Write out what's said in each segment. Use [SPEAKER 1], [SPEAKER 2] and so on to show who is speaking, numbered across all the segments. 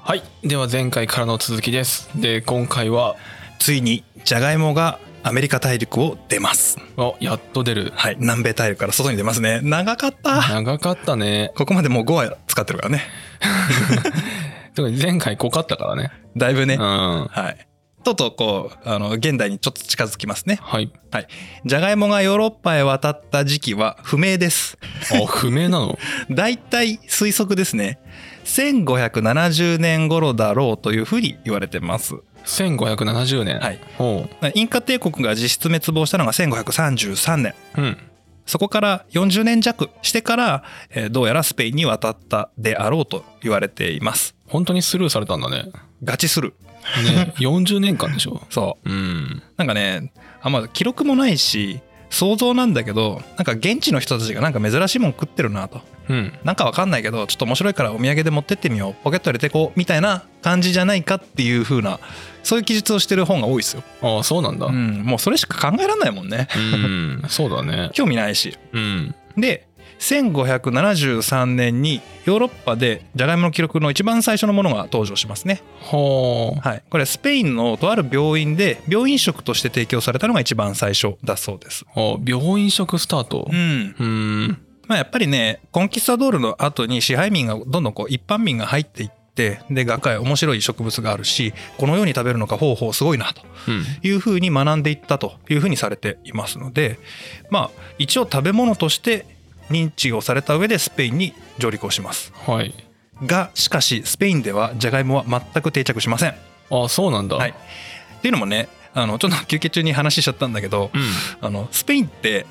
[SPEAKER 1] はいでは前回からの続きですで今回は
[SPEAKER 2] ついにジャガイモがアメリカ大陸を出ます
[SPEAKER 1] あやっと出る
[SPEAKER 2] はい南米大陸から外に出ますね長かった
[SPEAKER 1] 長かったね
[SPEAKER 2] ここまでもう5話使ってるからね
[SPEAKER 1] 特に前回濃かったからね
[SPEAKER 2] だいぶね、
[SPEAKER 1] うんは
[SPEAKER 2] はいとうとうこうあの現代にちょっと近づきますね
[SPEAKER 1] い
[SPEAKER 2] ジャガイモがヨーロッパへ渡った時期は不明です
[SPEAKER 1] あ不明なの
[SPEAKER 2] だいたい推測ですね1570年頃だろうというふうに言われてます
[SPEAKER 1] 1570年
[SPEAKER 2] はい
[SPEAKER 1] ほ
[SPEAKER 2] インカ帝国が実質滅亡したのが1533年
[SPEAKER 1] ううん
[SPEAKER 2] そこから40年弱してから、えーどうやらスペインに渡ったであろうと言われています。
[SPEAKER 1] 本当にスルーされたんだね
[SPEAKER 2] ガチする。
[SPEAKER 1] ね40年間でしょ
[SPEAKER 2] そう。
[SPEAKER 1] うん
[SPEAKER 2] なんかね、あんま記録もないし、想像なんだけど、なんか現地の人たちがなんか珍しいもん食ってるなと。
[SPEAKER 1] うん
[SPEAKER 2] なんかわかんないけど、ちょっと面白いからお土産で持ってってみよう。ポケット入れてこう。みたいな感じじゃないかっていう風な、そういう記述をしてる本が多いですよ。
[SPEAKER 1] ああそうなんだ
[SPEAKER 2] う
[SPEAKER 1] うん、
[SPEAKER 2] ん。もうそれしか考えられないもんね。
[SPEAKER 1] そうだね
[SPEAKER 2] 興味ないし。
[SPEAKER 1] うん
[SPEAKER 2] で1573年にヨーロッパでジャガイモの記録の一番最初のものが登場しますね、
[SPEAKER 1] ほう
[SPEAKER 2] はい、これスペインのとある病院で病院食として提供されたのが一番最初だそうです
[SPEAKER 1] あ病院食スタート
[SPEAKER 2] うん
[SPEAKER 1] うん
[SPEAKER 2] まあやっぱりねコンキスタドールの後に支配民がどんどんこう一般民が入っていってで学会面白い植物があるしこのように食べるのか方法すごいなと
[SPEAKER 1] うん
[SPEAKER 2] いうふうに学んでいったというふうにされていますのでまあ一応食べ物として認知をされた上でスペインに上陸をします
[SPEAKER 1] はい
[SPEAKER 2] がしかしスペインではジャガイモは全く定着しません。っ
[SPEAKER 1] あそうなんだ
[SPEAKER 2] はいていうのもねあのちょっと休憩中に話しちゃったんだけど
[SPEAKER 1] うん
[SPEAKER 2] あのスペインって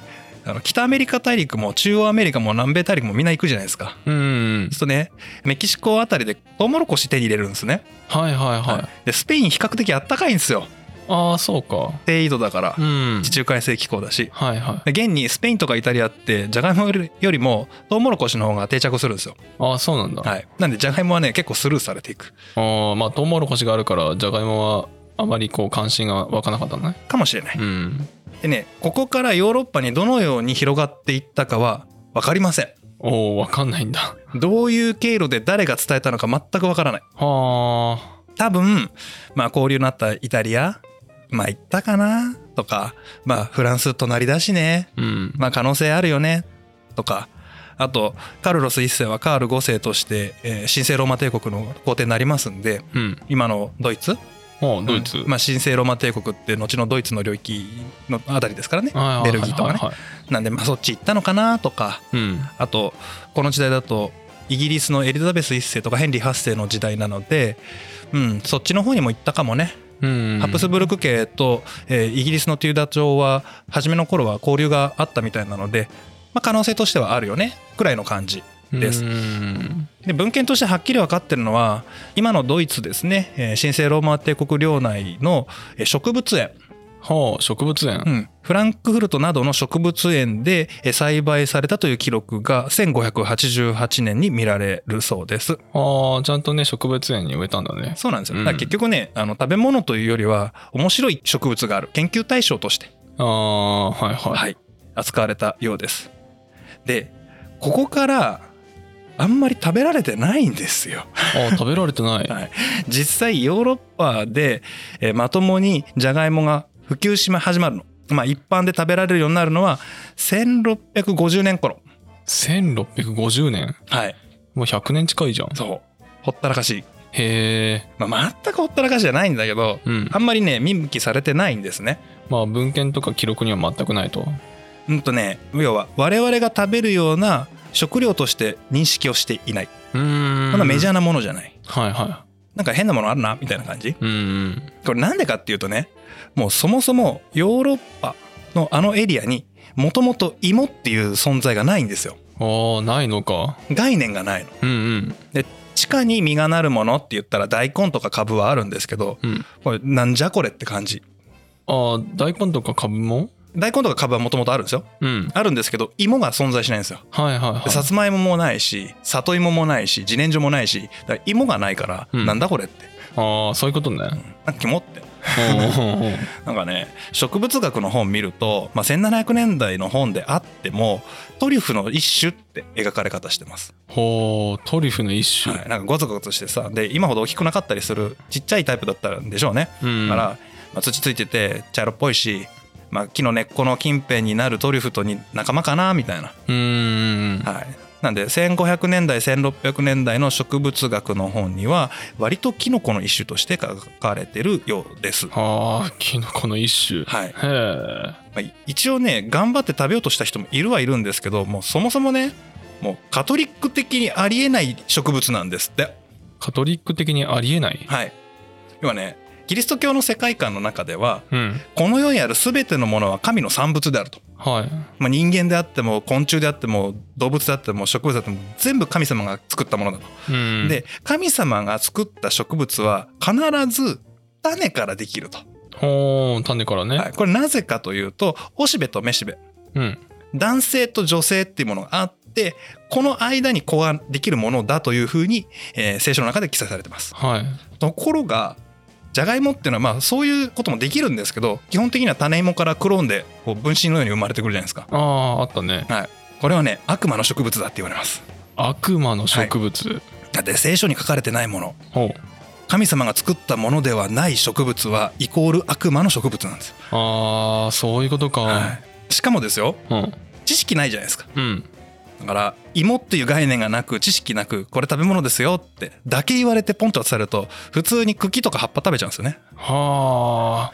[SPEAKER 2] あの北アメリカ大陸も中央アメリカも南米大陸もみんな行くじゃないですか。
[SPEAKER 1] うん
[SPEAKER 2] そうするとねメキシコあたりでトウモロコシ手に入れるんですね。
[SPEAKER 1] はいはいはい、
[SPEAKER 2] でスペイン比較的あったかいんですよ
[SPEAKER 1] ああそうか
[SPEAKER 2] 低緯度だから
[SPEAKER 1] うん
[SPEAKER 2] 地中海性気候だし。
[SPEAKER 1] はいはい
[SPEAKER 2] で現にスペインとかイタリアってジャガイモよりもトウモロコシの方が定着するんですよ。
[SPEAKER 1] ああそうなんだ、
[SPEAKER 2] はい、なんでジャガイモはね結構スルーされていく
[SPEAKER 1] ああまあトウモロコシがあるからじゃがいもはあまりこう関心が湧かなかったのね
[SPEAKER 2] かもしれない。
[SPEAKER 1] うん
[SPEAKER 2] でねここからヨーロッパにどのように広がっていったかは分かりません
[SPEAKER 1] おおわかんないんだ
[SPEAKER 2] どういう経路で誰が伝えたのか全く分からない
[SPEAKER 1] はあ
[SPEAKER 2] 多分まあ交流のあったイタリアまあ行ったかなとかまあフランス隣だしね
[SPEAKER 1] うん
[SPEAKER 2] まあ可能性あるよねとかあとカルロス1世はカール5世として、えー神聖ローマ帝国の皇帝になりますんで
[SPEAKER 1] うん
[SPEAKER 2] 今のドイツ
[SPEAKER 1] ああドイツ、
[SPEAKER 2] うんまあ、神聖ローマ帝国って後のドイツの領域のあたりですからね
[SPEAKER 1] はいはいはいはい
[SPEAKER 2] ベルギーとかね
[SPEAKER 1] はい
[SPEAKER 2] なんでまあそっち行ったのかなとか
[SPEAKER 1] うん
[SPEAKER 2] あとこの時代だとイギリスのエリザベス1世とかヘンリー8世の時代なので、うん、そっちの方にも行ったかもね、
[SPEAKER 1] うん
[SPEAKER 2] ハプスブルク家と、えーイギリスのテューダ朝は初めの頃は交流があったみたいなので、まあ、可能性としてはあるよねくらいの感じです
[SPEAKER 1] うん
[SPEAKER 2] で文献としてはっきり分かってるのは今のドイツですね、えー神聖ローマ帝国領内のえー植物園
[SPEAKER 1] はあ植物園、
[SPEAKER 2] うん、フランクフルトなどの植物園でえー栽培されたという記録が1588年に見られるそうです。
[SPEAKER 1] ああちゃんとね植物園に植えたんだね
[SPEAKER 2] そうなんですよ。
[SPEAKER 1] うん
[SPEAKER 2] だから結局ね、あの食べ物というよりは面白い植物がある研究対象として、
[SPEAKER 1] ああはいはい、
[SPEAKER 2] はい、扱われたようです。で、ここからあんまり食べられてないんですよ。
[SPEAKER 1] ああ食べられてない
[SPEAKER 2] はい実際ヨーロッパでえーまともにジャガイモが普及しま始まるの。まあ一般で食べられるようになるのは1650年頃。
[SPEAKER 1] 1650年
[SPEAKER 2] はい。
[SPEAKER 1] もう100年近いじゃん
[SPEAKER 2] そう。ほったらかしい。
[SPEAKER 1] へえ
[SPEAKER 2] まあ、全くほったらかしじゃないんだけど、
[SPEAKER 1] うん
[SPEAKER 2] あんまりね、見向きされてないんですね。
[SPEAKER 1] まあ文献とか記録には全くないと
[SPEAKER 2] うんとね、要は我々が食べるような食料として認識をしていない。
[SPEAKER 1] うーん
[SPEAKER 2] こんなメジャ
[SPEAKER 1] ー
[SPEAKER 2] ーなものじゃない。
[SPEAKER 1] はいは
[SPEAKER 2] なんか変なものあるなみたいな感じ。
[SPEAKER 1] いうん
[SPEAKER 2] これなんでかっていうとね、もうそもそもヨーロッパのあのエリアにもともと芋っていう存在がないんですよ。
[SPEAKER 1] ああないのか
[SPEAKER 2] 概念がないの。
[SPEAKER 1] うんうん
[SPEAKER 2] 地下に実がなるものって言ったら大根とか株はあるんですけど、
[SPEAKER 1] うん
[SPEAKER 2] これなんじゃこれって感じ。
[SPEAKER 1] ああ大根とか株も
[SPEAKER 2] 大根とか株はもともとあるんですよ。
[SPEAKER 1] うん
[SPEAKER 2] あるんですけど芋が存在しないんですよ
[SPEAKER 1] はいはいは
[SPEAKER 2] で
[SPEAKER 1] い
[SPEAKER 2] さつまいももないし里芋もないし自然薯もないしだから芋がないから、
[SPEAKER 1] うん
[SPEAKER 2] なんだこれって
[SPEAKER 1] ああそういうことね
[SPEAKER 2] なんかキモって
[SPEAKER 1] うんうんうん
[SPEAKER 2] なんかね植物学の本見ると、まあ、1700年代の本であってもトリュフの一種って描かれ方してます、
[SPEAKER 1] ほうトリュフの一種、
[SPEAKER 2] はい、なんかゴツゴツしてさで今ほど大きくなかったりするちっちゃいタイプだったんでしょうね
[SPEAKER 1] うん
[SPEAKER 2] だから、まあ、土ついてて茶色っぽいし、まあ、木の根っこの近辺になるトリュフとに仲間かなみたいな、
[SPEAKER 1] うーん
[SPEAKER 2] はい、なんで1500年代1600年代の植物学の本には割とキノコの一種として書かれてるようです。
[SPEAKER 1] ああキノコの一種
[SPEAKER 2] はいま
[SPEAKER 1] へ
[SPEAKER 2] あ一応ね頑張って食べようとした人もいるはいるんですけどもうそもそもねもうカトリック的にありえない植物なんですって。
[SPEAKER 1] えカトリック的にありえない
[SPEAKER 2] はい、要はねキリスト教の世界観の中では
[SPEAKER 1] うん
[SPEAKER 2] この世にある全てのものは神の産物であると。
[SPEAKER 1] はい
[SPEAKER 2] まあ、人間であっても昆虫であっても動物であっても植物であっても全部神様が作ったものだと。
[SPEAKER 1] うん
[SPEAKER 2] で神様が作った植物は必ず種からできると。
[SPEAKER 1] ほう種からね、
[SPEAKER 2] はい、これなぜかというとおしべとめしべ
[SPEAKER 1] うん
[SPEAKER 2] 男性と女性っていうものがあってこの間に子ができるものだというふうに、えー聖書の中で記載されてます。
[SPEAKER 1] はい
[SPEAKER 2] ところがじゃがいもっていうのはまあそういうこともできるんですけど基本的には種芋からクローンでこう分身のように生まれてくるじゃないですか。
[SPEAKER 1] あああったね
[SPEAKER 2] はい、これはね悪魔の植物だって言われます。
[SPEAKER 1] 悪魔の植物、
[SPEAKER 2] だって聖書に書かれてないもの
[SPEAKER 1] ほう
[SPEAKER 2] 神様が作ったものではない植物はイコール悪魔の植物なんですよ、
[SPEAKER 1] ああそういうことか、
[SPEAKER 2] はい、しかもですよ
[SPEAKER 1] うん
[SPEAKER 2] 知識ないじゃないですか
[SPEAKER 1] うん
[SPEAKER 2] だから芋っていう概念がなく知識なくこれ食べ物ですよってだけ言われてポンと渡されると普通に茎とか葉っぱ食べちゃうんですよね
[SPEAKER 1] は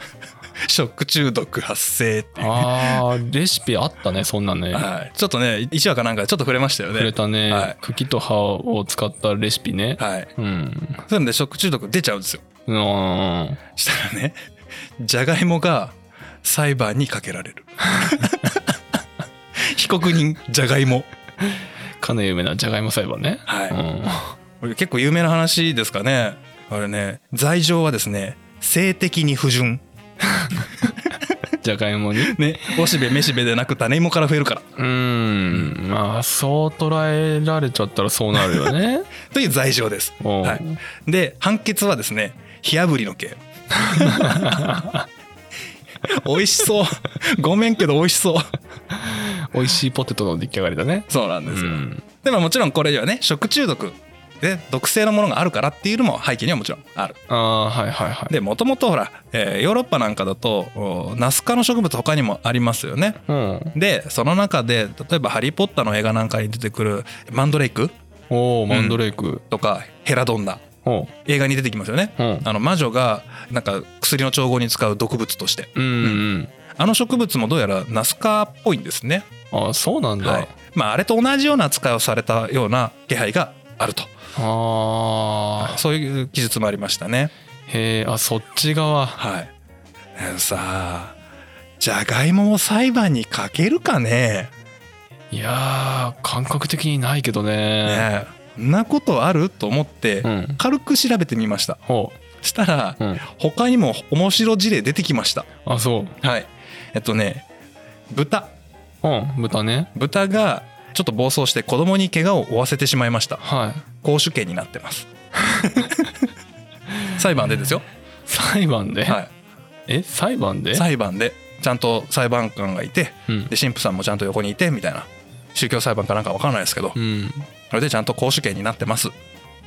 [SPEAKER 2] 食中毒発生って
[SPEAKER 1] あ
[SPEAKER 2] いう、
[SPEAKER 1] あーレシピあったねそんなね
[SPEAKER 2] はい、ちょっとね1話かなんかでちょっと触れましたよ
[SPEAKER 1] くれ
[SPEAKER 2] ね
[SPEAKER 1] たね、
[SPEAKER 2] はい
[SPEAKER 1] 茎と葉を使ったレシピね、
[SPEAKER 2] はい
[SPEAKER 1] うん
[SPEAKER 2] それで食中毒出ちゃうんですよ
[SPEAKER 1] うん
[SPEAKER 2] したらね じゃがいもが裁判にかけられる 被告人じゃがいも
[SPEAKER 1] かの有名なじゃがいも裁判ね、
[SPEAKER 2] はい
[SPEAKER 1] うん
[SPEAKER 2] これ結構有名な話ですかねあれね罪状はですね性的に不純
[SPEAKER 1] じゃがいもに
[SPEAKER 2] ねおしべめしべでなく種芋から増えるから
[SPEAKER 1] うーんまあそう捉えられちゃったらそうなるよ ね
[SPEAKER 2] という罪状です
[SPEAKER 1] おう
[SPEAKER 2] はいで判決はですね火炙りの刑 美味しそうごめんけど美味しそう
[SPEAKER 1] 美味しいポテトの出来上がりだね
[SPEAKER 2] そうなんですよ、
[SPEAKER 1] うん
[SPEAKER 2] でももちろんこれにはね食中毒で毒性のものがあるからっていうのも背景にはもちろんある
[SPEAKER 1] ああーはいはいはい
[SPEAKER 2] でもともとほら、えーヨーロッパなんかだとおナス科の植物他にもありますよね
[SPEAKER 1] うん、
[SPEAKER 2] でその中で例えば「ハリー・ポッター」の映画なんかに出てくるマンドレイク
[SPEAKER 1] おおマンドレイク、
[SPEAKER 2] とかヘラドンダ
[SPEAKER 1] おう
[SPEAKER 2] 映画に出てきますよね
[SPEAKER 1] うん
[SPEAKER 2] あの魔女がなんか薬の調合に使う毒物として
[SPEAKER 1] うんうん
[SPEAKER 2] あの植物もどうやらナスカっぽいんですね、
[SPEAKER 1] あそうなんだ、
[SPEAKER 2] はいまあ、あれと同じような扱いをされたような気配があると
[SPEAKER 1] ああ
[SPEAKER 2] そういう記述もありましたね
[SPEAKER 1] へえあそっち側
[SPEAKER 2] はいでもさあじゃがいもを裁判にかけるかね
[SPEAKER 1] いやー感覚的にないけどね
[SPEAKER 2] ねえんなことあると思って
[SPEAKER 1] うん
[SPEAKER 2] 軽く調べてみました
[SPEAKER 1] ほ
[SPEAKER 2] したら
[SPEAKER 1] う、うん、
[SPEAKER 2] 他にも面白事例出てきました
[SPEAKER 1] あそう
[SPEAKER 2] はいえっとね豚
[SPEAKER 1] うん豚ね
[SPEAKER 2] 豚がちょっと暴走して子供に怪我を負わせてしまいました
[SPEAKER 1] はい
[SPEAKER 2] 公主権になってます 裁判でですよ、
[SPEAKER 1] 裁判で、
[SPEAKER 2] は
[SPEAKER 1] え裁判で
[SPEAKER 2] い、裁判でちゃんと裁判官がいて
[SPEAKER 1] うん
[SPEAKER 2] で神父さんもちゃんと横にいてみたいな宗教裁判かなんか分かんないですけど
[SPEAKER 1] うん
[SPEAKER 2] それでちゃんと公主権になってます、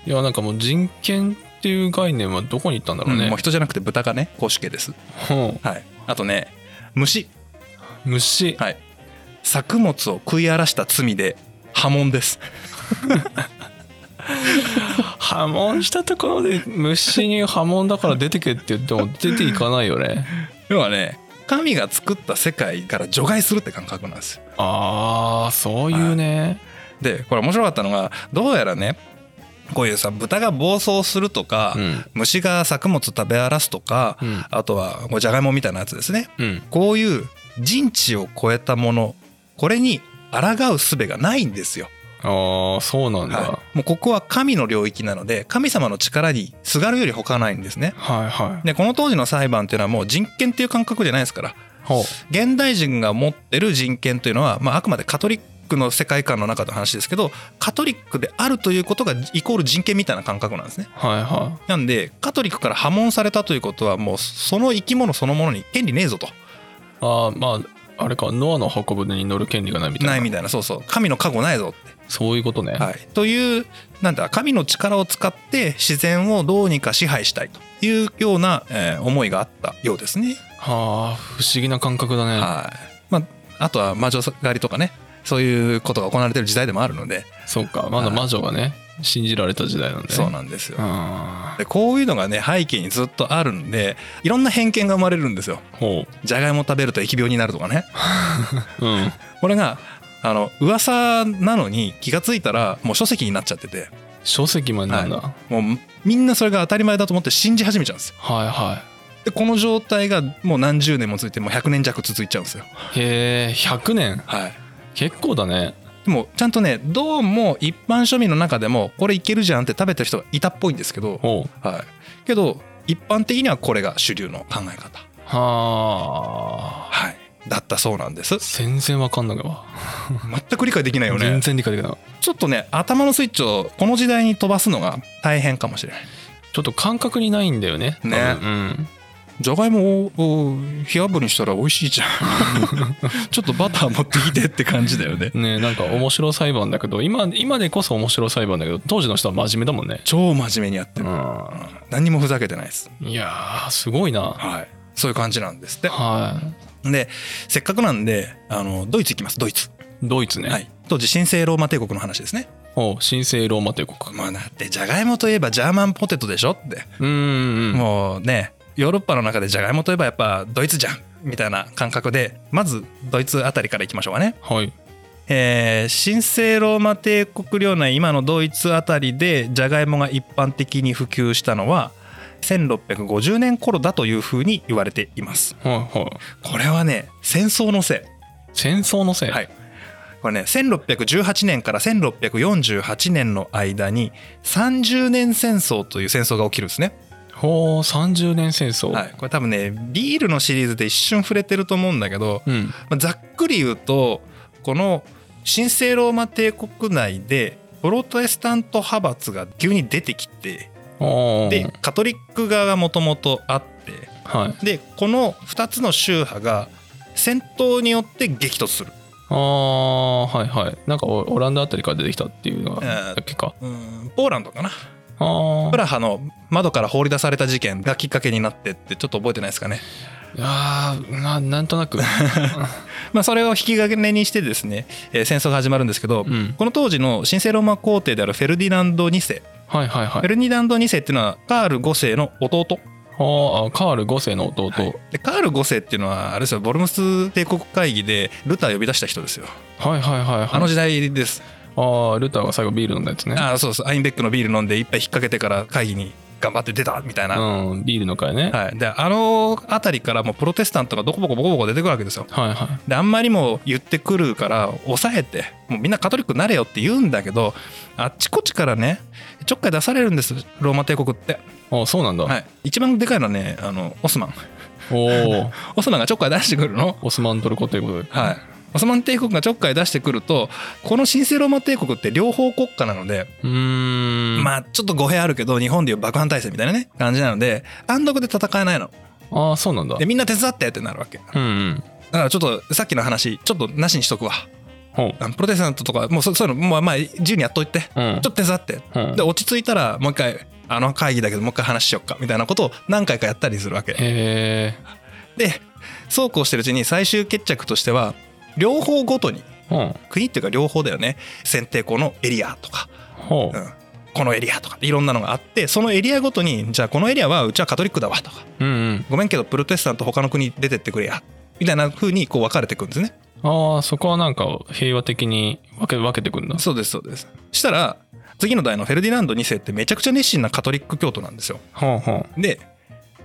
[SPEAKER 1] いやなんかもう人権っていう概念はどこに行ったんだろうね、
[SPEAKER 2] うんもう人じゃなくて豚がね公主権です
[SPEAKER 1] ほ
[SPEAKER 2] はいあとね虫
[SPEAKER 1] う虫
[SPEAKER 2] はい作物を食い荒らした罪で波紋です
[SPEAKER 1] 破門したところで虫に破門だから出てけって言っても出ていかないよね
[SPEAKER 2] 要はね神が作った世界から除外するって感覚なんですよ
[SPEAKER 1] ああそういうね、
[SPEAKER 2] でこれ面白かったのがどうやらねこういうさ豚が暴走するとか、
[SPEAKER 1] うん
[SPEAKER 2] 虫が作物食べ荒らすとか、
[SPEAKER 1] うん
[SPEAKER 2] あとはこうじゃがいもみたいなやつですね
[SPEAKER 1] うん
[SPEAKER 2] こういう人知を超えたものこれに抗う術がないんですよ、
[SPEAKER 1] ああそうなんだ、
[SPEAKER 2] はい、もうここは神の領域なので神様の力にすがるより他ないんですね
[SPEAKER 1] はいはい。
[SPEAKER 2] でこの当時の裁判っていうのはもう人権っていう感覚じゃないですから
[SPEAKER 1] ほ
[SPEAKER 2] 現代人が持ってる人権というのは、まあ、あくまでカトリックの世界観の中の話ですけどカトリックであるということがイコール人権みたいな感覚なんですね。
[SPEAKER 1] はいは
[SPEAKER 2] なんでカトリックから破門されたということはもうその生き物そのものに権利ねえぞと
[SPEAKER 1] いああまああれかノアの箱舟に乗る権利がないみたいな
[SPEAKER 2] ないみたいなそうそう神の加護ないぞ
[SPEAKER 1] そういうことね、
[SPEAKER 2] はい、というなんだ神の力を使って自然をどうにか支配したいというような、えー思いがあったようですね。
[SPEAKER 1] はあ不思議な感覚だね、
[SPEAKER 2] はいまあ、あとは魔女狩りとかねそういうことが行われてる時代でもあるので、
[SPEAKER 1] そうかまだ魔女がね信じられた時代なんで
[SPEAKER 2] そうなんですよ。
[SPEAKER 1] あ
[SPEAKER 2] でこういうのがね背景にずっとあるんでいろんな偏見が生まれるんですよ。
[SPEAKER 1] あほ
[SPEAKER 2] じゃがいも食べると疫病になるとかね
[SPEAKER 1] う うん
[SPEAKER 2] これがあの噂なのに気がついたらもう書籍になっちゃってて
[SPEAKER 1] 書籍までなんだ、
[SPEAKER 2] はもうみんなそれが当たり前だと思って信じ始めちゃうんですよ。
[SPEAKER 1] はい、は
[SPEAKER 2] でこの状態がもう何十年も続いてもう100年弱続いちゃうんですよ。
[SPEAKER 1] いへえ100年
[SPEAKER 2] はい、
[SPEAKER 1] 結構だね
[SPEAKER 2] でもちゃんとねどうも一般庶民の中でもこれいけるじゃんって食べてる人がいたっぽいんですけど、
[SPEAKER 1] ほう
[SPEAKER 2] はい、けど一般的にはこれが主流の考え方、
[SPEAKER 1] はあ
[SPEAKER 2] はい、だったそうなんです
[SPEAKER 1] 全然わかんないわ、
[SPEAKER 2] 全く理解できないよね
[SPEAKER 1] 全然理解できない
[SPEAKER 2] ちょっとね頭のスイッチをこの時代に飛ばすのが大変かもしれない
[SPEAKER 1] ちょっと感覚にないんだよね
[SPEAKER 2] ね
[SPEAKER 1] 多分
[SPEAKER 2] じゃがいもをお火炙りにしたら美味しいじゃん ちょっとバター持ってきてって感じだよね
[SPEAKER 1] うんねなんか面白裁判だけど今今でこそ面白裁判だけど当時の人は真面目だもんね
[SPEAKER 2] 超真面目にやって
[SPEAKER 1] う
[SPEAKER 2] る、
[SPEAKER 1] ん
[SPEAKER 2] 何にもふざけてないです
[SPEAKER 1] いやーすごいな
[SPEAKER 2] はいそういう感じなんですって
[SPEAKER 1] は
[SPEAKER 2] でせっかくなんであのドイツ行きますドイツ、
[SPEAKER 1] いドイツね、
[SPEAKER 2] はい、当時神聖ローマ帝国の話ですね
[SPEAKER 1] おう神聖ローマ帝国
[SPEAKER 2] まあだってじゃがいもといえばジャーマンポテトでしょって、
[SPEAKER 1] うんうんうん
[SPEAKER 2] もうねヨーロッパの中でじゃがいもといえばやっぱドイツじゃんみたいな感覚でまずドイツあたりから行きましょうかね
[SPEAKER 1] はい
[SPEAKER 2] えー神聖ローマ帝国領内今のドイツあたりでジャガイモが一般的に普及したのは1650年頃だというふうに言われています
[SPEAKER 1] はいはい
[SPEAKER 2] これはね戦争のせ
[SPEAKER 1] 戦争のせい、
[SPEAKER 2] い、はい、これね1618年から1648年の間に30年戦争という戦争が起きるんですね、
[SPEAKER 1] ほう30年戦争、
[SPEAKER 2] はい、これ多分ねビールのシリーズで一瞬触れてると思うんだけど
[SPEAKER 1] うん
[SPEAKER 2] まあざっくり言うとこの神聖ローマ帝国内でプロテスタント派閥が急に出てきて
[SPEAKER 1] おー
[SPEAKER 2] でカトリック側がもともとあって
[SPEAKER 1] はい
[SPEAKER 2] でこの2つの宗派が戦闘によって激突する
[SPEAKER 1] ああはいはいなんかオオランダあたりから出てきたっていうのが
[SPEAKER 2] え
[SPEAKER 1] だ
[SPEAKER 2] ー
[SPEAKER 1] っけか
[SPEAKER 2] うんポーランドかな
[SPEAKER 1] あー
[SPEAKER 2] プラハの窓から放り出された事件がきっかけになってってちょっと覚えてないですかね、
[SPEAKER 1] あーななんとな く
[SPEAKER 2] まあ、それを引き金にしてですね、えー戦争が始まるんですけど、
[SPEAKER 1] うん
[SPEAKER 2] この当時の神聖ローマ皇帝であるフェルディナンド2世
[SPEAKER 1] はいはいは
[SPEAKER 2] フェ
[SPEAKER 1] い
[SPEAKER 2] ルディナンド2世っていうのはカール5世の弟、
[SPEAKER 1] あーあカール5世の弟、はい、
[SPEAKER 2] でカール5世っていうのはあれですよボルムス帝国会議でルター呼び出した人ですよ
[SPEAKER 1] はいはいはい
[SPEAKER 2] あの時代です、
[SPEAKER 1] ああルターが最後ビール飲んだやつね
[SPEAKER 2] ああそうそうアインベックのビール飲んで一杯引っ掛けてから会議に頑張って出たみたいな、
[SPEAKER 1] うんビールの会ね、
[SPEAKER 2] はい、であの辺りからもうプロテスタントがどこぼこボコボコ出てくるわけですよ
[SPEAKER 1] はい、はい
[SPEAKER 2] であんまりもう言ってくるから抑えてもうみんなカトリックになれよって言うんだけどあっちこっちからねちょっかい出されるんですローマ帝国って、
[SPEAKER 1] ああそうなんだ、
[SPEAKER 2] はい、一番でかいのはねあのオスマン
[SPEAKER 1] おお
[SPEAKER 2] オスマンがちょっかい出してくるの。
[SPEAKER 1] オスマントルコということで
[SPEAKER 2] はい。オスマン帝国がちょっかい出してくるとこの神聖ローマ帝国って両方国家なので、
[SPEAKER 1] うーん
[SPEAKER 2] まあちょっと語弊あるけど日本でいう爆破体制みたいなね感じなので単独で戦えないの
[SPEAKER 1] ああそうなんだ
[SPEAKER 2] でみんな手伝ってってなるわけだ
[SPEAKER 1] うんうん
[SPEAKER 2] からちょっとさっきの話ちょっとなしにしとくわ
[SPEAKER 1] ほう
[SPEAKER 2] あのプロテスタントとかもうそそういうのもうまあ自由にやっといてち
[SPEAKER 1] う
[SPEAKER 2] ょ
[SPEAKER 1] ん
[SPEAKER 2] っと手伝って
[SPEAKER 1] うん
[SPEAKER 2] で落ち着いたらもう一回あの会議だけどもう一回話しよっかみたいなことを何回かやったりするわけ
[SPEAKER 1] へえ
[SPEAKER 2] でそうこうしてるうちに最終決着としては両方ごとに
[SPEAKER 1] うん
[SPEAKER 2] 国っていうか両方だよね選定校のエリアとか、
[SPEAKER 1] ほう
[SPEAKER 2] うん、このエリアとかいろんなのがあってそのエリアごとにじゃあこのエリアはうちはカトリックだわとか
[SPEAKER 1] うんうん
[SPEAKER 2] ごめんけどプロテスタント他の国出てってくれやみたいな風にこう分かれてくんですね
[SPEAKER 1] ああそこはなんか平和的に分け分けてくんだ
[SPEAKER 2] そうですそうですしたら次の代のフェルディナンド2世ってめちゃくちゃ熱心なカトリック教徒なんですよ
[SPEAKER 1] ほうほう
[SPEAKER 2] で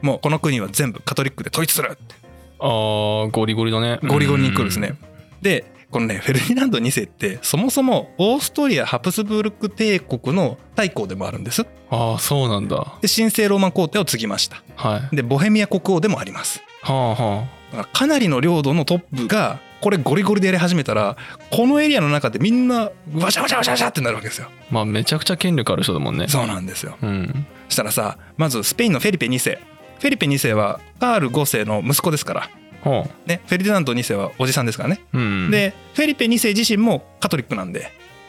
[SPEAKER 2] もうこの国は全部カトリックで統一するって
[SPEAKER 1] ああゴリゴリだね
[SPEAKER 2] ゴリゴリに来るんですね。でこのねフェルディナンド2世ってそもそもオーストリア・ハプスブルク帝国の大公でもあるんです。で
[SPEAKER 1] ああそうなんだはい
[SPEAKER 2] 神聖ローマ皇帝を継ぎました。
[SPEAKER 1] は
[SPEAKER 2] でボヘミア国王でもあります。
[SPEAKER 1] あは
[SPEAKER 2] だからかなりの領土のトップがこれゴリゴリでやり始めたらこのエリアの中でみんなわしゃわしゃわしゃわしゃってなるわけですよ
[SPEAKER 1] まあめちゃくちゃ権力ある人だもんね
[SPEAKER 2] そうなんですよ
[SPEAKER 1] うん
[SPEAKER 2] したらさまずスペインのフェリペ2世フェリペ2世はカール5世の息子ですから、
[SPEAKER 1] ほ
[SPEAKER 2] ね、フェリディナンド2世はおじさんですからね、
[SPEAKER 1] ううん
[SPEAKER 2] でフェリペ2世自身もカトリックなんで、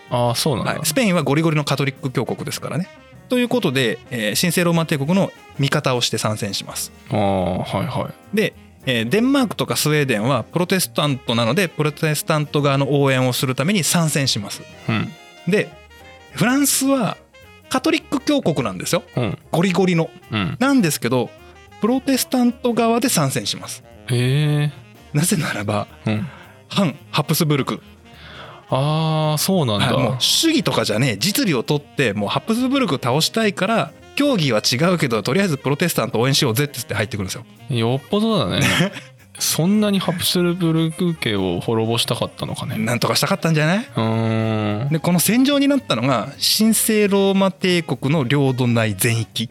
[SPEAKER 1] ああそうなんだ、
[SPEAKER 2] はい、スペインはゴリゴリのカトリック教国ですからねということで、えー神聖ローマ帝国の味方をして参戦します
[SPEAKER 1] ああはいはい
[SPEAKER 2] で、えーデンマークとかスウェーデンはプロテスタントなのでプロテスタント側の応援をするために参戦します
[SPEAKER 1] うん
[SPEAKER 2] でフランスはカトリック教国なんですよ
[SPEAKER 1] うん
[SPEAKER 2] ゴリゴリの
[SPEAKER 1] うん
[SPEAKER 2] なんですけどプロテスタント側で参戦します
[SPEAKER 1] へえ
[SPEAKER 2] なぜならば
[SPEAKER 1] うん
[SPEAKER 2] 反ハプスブルク
[SPEAKER 1] ああそうなんだ、
[SPEAKER 2] はいもう主義とかじゃねえ実利を取ってもうハプスブルク倒したいから競技は違うけどとりあえずプロテスタント応援しようぜって言って入ってくるんですよ
[SPEAKER 1] よっぽど だねそんなにハプスルブルク家を滅ぼしたかったのかね
[SPEAKER 2] なんとかしたかったんじゃないう
[SPEAKER 1] ーん
[SPEAKER 2] でこの戦場になったのが神聖ローマ帝国の領土内全域、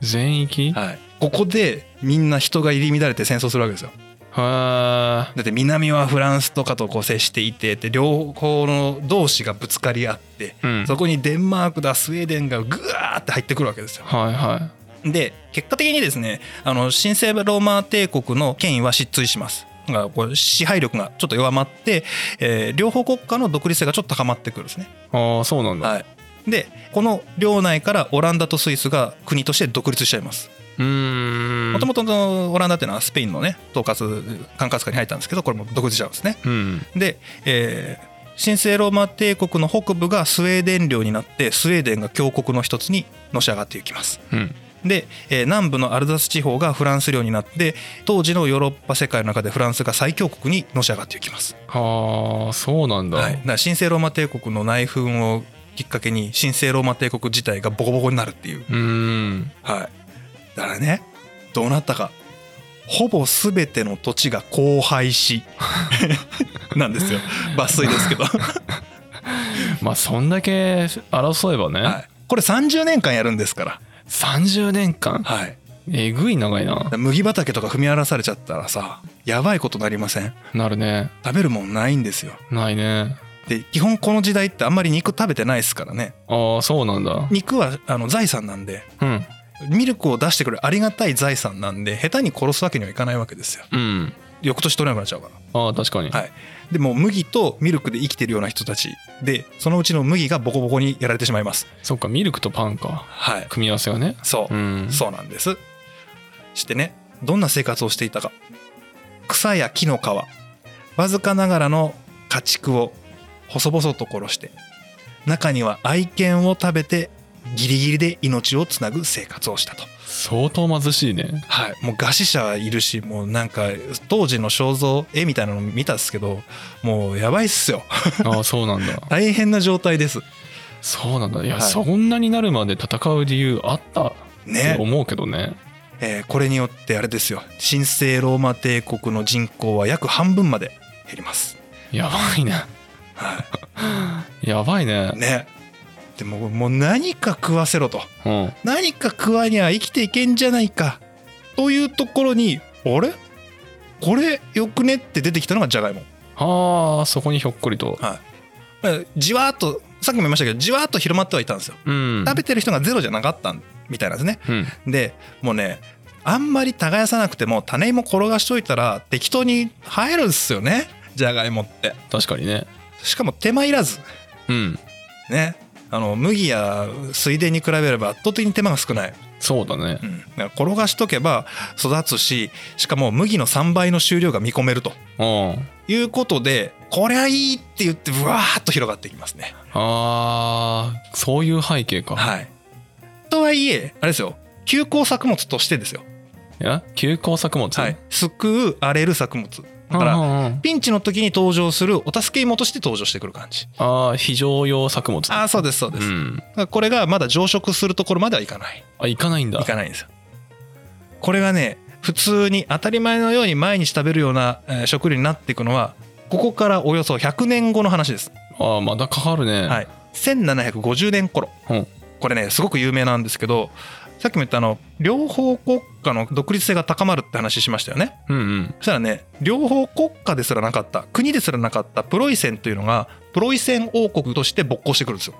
[SPEAKER 1] 全域は
[SPEAKER 2] はい、ここでみんな人が入り乱れて戦争するわけですよ
[SPEAKER 1] あ
[SPEAKER 2] だって南はフランスとかとこう接していてで両方の同士がぶつかり合って
[SPEAKER 1] うん
[SPEAKER 2] そこにデンマークだスウェーデンがグワーって入ってくるわけですよ
[SPEAKER 1] はいは
[SPEAKER 2] で結果的にですねあの神聖ローマ帝国の権威は失墜しますだからこう支配力がちょっと弱まって、えー両方国家の独立性がちょっと高まってくるんですね
[SPEAKER 1] いああそうなんだ、
[SPEAKER 2] はい、でこの領内からオランダとスイスが国として独立しちゃいます
[SPEAKER 1] うーん
[SPEAKER 2] もともとオランダっていうのはスペインのね統括管轄下に入ったんですけどこれも独立しちゃうんですね
[SPEAKER 1] うん
[SPEAKER 2] で、えー神聖ローマ帝国の北部がスウェーデン領になってスウェーデンが強国の一つにのし上がっていきます
[SPEAKER 1] うん
[SPEAKER 2] で、えー南部のアルザス地方がフランス領になって当時のヨーロッパ世界の中でフランスが最強国にのし上がっていきます
[SPEAKER 1] ああそうなんだ、
[SPEAKER 2] はい、だから神聖ローマ帝国の内紛をきっかけに神聖ローマ帝国自体がボコボコになるっていう、
[SPEAKER 1] うーん
[SPEAKER 2] はい、だからねどうなったかほぼ全ての土地が荒廃し なんですよ抜粋ですけど、は
[SPEAKER 1] まあそんだけ争えばね、
[SPEAKER 2] い、これ30年間やるんですから,、
[SPEAKER 1] 30年間
[SPEAKER 2] はい、だか
[SPEAKER 1] えぐい長いな
[SPEAKER 2] ら麦畑とか踏み荒らされちゃったらさやばいことなりません
[SPEAKER 1] なるね
[SPEAKER 2] 食べるもんないんですよ
[SPEAKER 1] ないね
[SPEAKER 2] で基本この時代ってあんまり肉食べてないですからね
[SPEAKER 1] ああそうなんだ
[SPEAKER 2] 肉はあの財産なんで
[SPEAKER 1] うん
[SPEAKER 2] ミルクを出してくれるありがたい財産なんで下手に殺すわけにはいかないわけですよ
[SPEAKER 1] うん
[SPEAKER 2] 翌年取れなくなっちゃうから
[SPEAKER 1] ああ確かに、
[SPEAKER 2] はいでもう麦とミルクで生きてるような人たちでそのうちの麦がボコボコにやられてしまいます
[SPEAKER 1] そっかミルクとパンか
[SPEAKER 2] はい
[SPEAKER 1] 組み合わせはね
[SPEAKER 2] そうう、
[SPEAKER 1] ん
[SPEAKER 2] そうなんですしてねどんな生活をしていたか草や木の皮わずかながらの家畜を細々と殺して中には愛犬を食べてギリギリで命をつなぐ生活をしたと
[SPEAKER 1] 相当貧しい ね
[SPEAKER 2] はい、もう餓死者いるしもうなんか当時の肖像絵みたいなの見たっすけどもうやばいっすよ
[SPEAKER 1] ああそうなんだ
[SPEAKER 2] 大変な状態です
[SPEAKER 1] そうなんだいや、
[SPEAKER 2] はい
[SPEAKER 1] そんなになるまで戦う理由あったって
[SPEAKER 2] ね、
[SPEAKER 1] 思うけどね
[SPEAKER 2] えーこれによってあれですよ神聖ローマ帝国の人口は約半分まで減ります
[SPEAKER 1] やばいね
[SPEAKER 2] は
[SPEAKER 1] やばいね
[SPEAKER 2] いねでももう何か食わせろと
[SPEAKER 1] うん
[SPEAKER 2] 何か食わにゃ生きていけんじゃないかというところにあれこれよくねって出てきたのがジャガイモ
[SPEAKER 1] ああそこにひょっこりと
[SPEAKER 2] まあじわーっとさっきも言いましたけどじわーっと広まってはいたんですよ
[SPEAKER 1] うん
[SPEAKER 2] 食べてる人がゼロじゃなかったみたいなんですね
[SPEAKER 1] うん
[SPEAKER 2] でもうねあんまり耕さなくても種芋転がしといたら適当に生えるんですよねじゃがいもって
[SPEAKER 1] 確かにね
[SPEAKER 2] しかも手間いらず
[SPEAKER 1] うん
[SPEAKER 2] ねあの麦や水田に比べれば圧倒的に手間が少ない、
[SPEAKER 1] そうだね
[SPEAKER 2] うん、だから転がしとけば育つししかも麦の3倍の収量が見込めると
[SPEAKER 1] うん
[SPEAKER 2] いうことでこりゃいいって言ってブワーッと広がっていきますね
[SPEAKER 1] ああそういう背景か、
[SPEAKER 2] はいとはいえあれですよ休耕作物としてですよ
[SPEAKER 1] いや休耕作物
[SPEAKER 2] はい、救う荒れる作物だか
[SPEAKER 1] う
[SPEAKER 2] ら
[SPEAKER 1] んうんうん
[SPEAKER 2] ピンチの時に登場するお助け芋として登場してくる感じ
[SPEAKER 1] ああ非常用作物
[SPEAKER 2] ああそうですそうです、
[SPEAKER 1] う
[SPEAKER 2] だか
[SPEAKER 1] ん
[SPEAKER 2] らこれがまだ増殖するところまではいかない
[SPEAKER 1] あ行かないんだ
[SPEAKER 2] いかないんですよこれがね普通に当たり前のように毎日食べるようなえー食料になっていくのはここからおよそ100年後の話です、
[SPEAKER 1] ああまだかかるね、
[SPEAKER 2] はい、1750年頃
[SPEAKER 1] うん
[SPEAKER 2] これねすごく有名なんですけどさっきも言ったあの両方国家の独立性が高まるって話しましたよね
[SPEAKER 1] うんうん
[SPEAKER 2] そしたらね両方国家ですらなかった国ですらなかったプロイセンというのがプロイセン王国として勃興してくるんですよ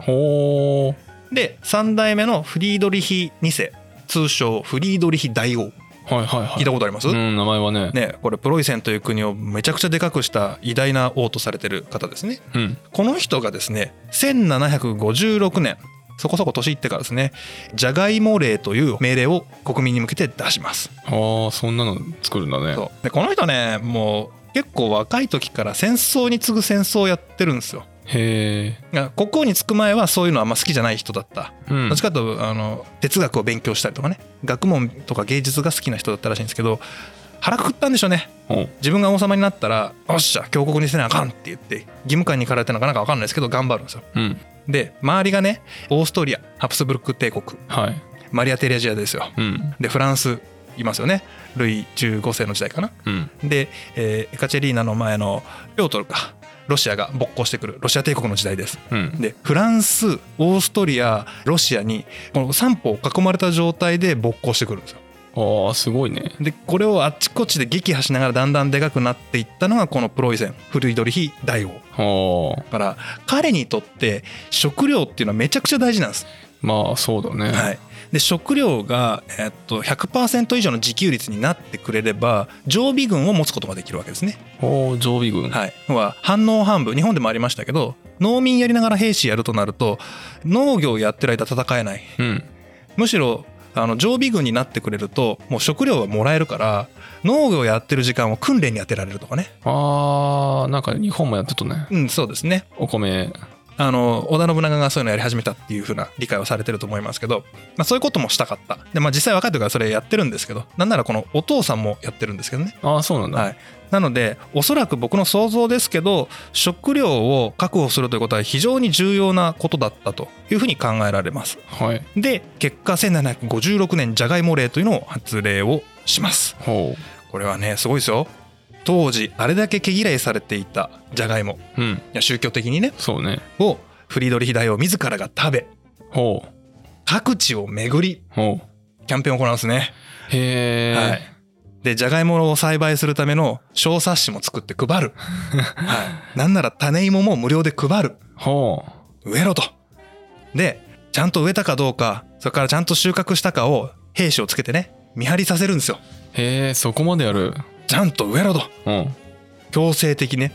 [SPEAKER 1] ほ
[SPEAKER 2] で3代目のフリードリヒ2世通称フリードリヒ大王
[SPEAKER 1] うはいはいはい
[SPEAKER 2] 聞いたことあります、
[SPEAKER 1] うん名前はね
[SPEAKER 2] ね、これプロイセンという国をめちゃくちゃでかくした偉大な王とされてる方ですね
[SPEAKER 1] うん
[SPEAKER 2] この人がですね1756年そこそこ年いってからですねジャガイモ令という命令を国民に向けて出します
[SPEAKER 1] ああそんなの作るんだね
[SPEAKER 2] そうでこの人ねもう結構若い時から戦争に次ぐ戦争をやってるんですよ
[SPEAKER 1] へえ
[SPEAKER 2] が国王に就く前はそういうのはあんま好きじゃない人だった
[SPEAKER 1] うん
[SPEAKER 2] どっちかというとあの哲学を勉強したりとかね学問とか芸術が好きな人だったらしいんですけど腹くくったんでしょうね
[SPEAKER 1] おう
[SPEAKER 2] 自分が王様になったら「よっしゃ強国にせなあかん」って言って義務感に駆られてなかなか分かんないですけど頑張るんですよ
[SPEAKER 1] うん
[SPEAKER 2] で周りがねオーストリアハプスブルク帝国
[SPEAKER 1] はい
[SPEAKER 2] マリア・テレジアですよ
[SPEAKER 1] うん
[SPEAKER 2] でフランスいますよねルイ15世の時代かな
[SPEAKER 1] うん
[SPEAKER 2] で、えーエカチェリーナの前のピョートルかロシアが勃興してくるロシア帝国の時代です
[SPEAKER 1] うん
[SPEAKER 2] でフランスオーストリアロシアにこの三方を囲まれた状態で勃興してくるんですよ
[SPEAKER 1] ああすごいね
[SPEAKER 2] でこれをあっちこっちで撃破しながらだんだんでかくなっていったのがこのプロイセンフルイドリヒ大王
[SPEAKER 1] ああ
[SPEAKER 2] だから彼にとって食料っていうのはめちゃくちゃ大事なんです、
[SPEAKER 1] まあそうだね
[SPEAKER 2] はい、で食料が、えっと100%以上の自給率になってくれれば常備軍を持つことができるわけですね、
[SPEAKER 1] おお常備軍
[SPEAKER 2] はい、要は反農反部日本でもありましたけど農民やりながら兵士やるとなると農業をやってる間戦えない
[SPEAKER 1] うん
[SPEAKER 2] むしろあの常備軍になってくれるともう食料はもらえるから農業やってる時間を訓練に当てられるとかね
[SPEAKER 1] あーなんか日本もやってたね
[SPEAKER 2] うんそうですね
[SPEAKER 1] お米
[SPEAKER 2] あの織田信長がそういうのやり始めたっていう風な理解をされてると思いますけど、まあ、そういうこともしたかったで、まあ、実際若い時からそれやってるんですけどなんならこのお父さんもやってるんですけどね
[SPEAKER 1] ああそうなんだ、
[SPEAKER 2] はいなのでおそらく僕の想像ですけど食料を確保するということは非常に重要なことだったというふうに考えられます
[SPEAKER 1] はい、
[SPEAKER 2] で結果1756年じゃがいも令というのを発令をします
[SPEAKER 1] ほ
[SPEAKER 2] これはねすごいですよ当時あれだけ毛嫌いされていたじゃがいも
[SPEAKER 1] ううん
[SPEAKER 2] いや宗教的にね
[SPEAKER 1] そうね
[SPEAKER 2] をフリードリヒ大王自らが食べ
[SPEAKER 1] ほう
[SPEAKER 2] 各地を巡り
[SPEAKER 1] ほ
[SPEAKER 2] キャンペーンを行うんですね、
[SPEAKER 1] うへえ、
[SPEAKER 2] はいでじゃがいもを栽培するための小冊子も作って配 る、はい、なんなら種芋も無料で配る
[SPEAKER 1] ほ
[SPEAKER 2] 植えろとでちゃんと植えたかどうかそれからちゃんと収穫したかを兵士をつけてね見張りさせるんですよ
[SPEAKER 1] うへえそこまでやる
[SPEAKER 2] ちゃんと植えろと
[SPEAKER 1] うん
[SPEAKER 2] 強制的ね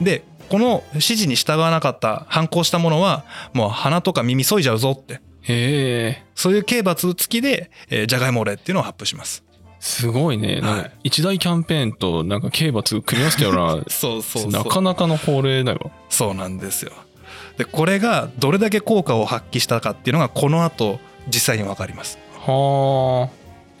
[SPEAKER 2] でこの指示に従わなかった反抗したものはもう鼻とか耳削いじゃうぞって
[SPEAKER 1] へえ
[SPEAKER 2] そういう刑罰付きで、えー、じゃがいも令っていうのを発布します
[SPEAKER 1] すごいね、なんか
[SPEAKER 2] はい
[SPEAKER 1] 一大キャンペーンとなんか刑罰組み合わせたような
[SPEAKER 2] そう
[SPEAKER 1] なかなかの法令だよ
[SPEAKER 2] そうなんですよでこれがどれだけ効果を発揮したかっていうのがこの後実際に分かります
[SPEAKER 1] は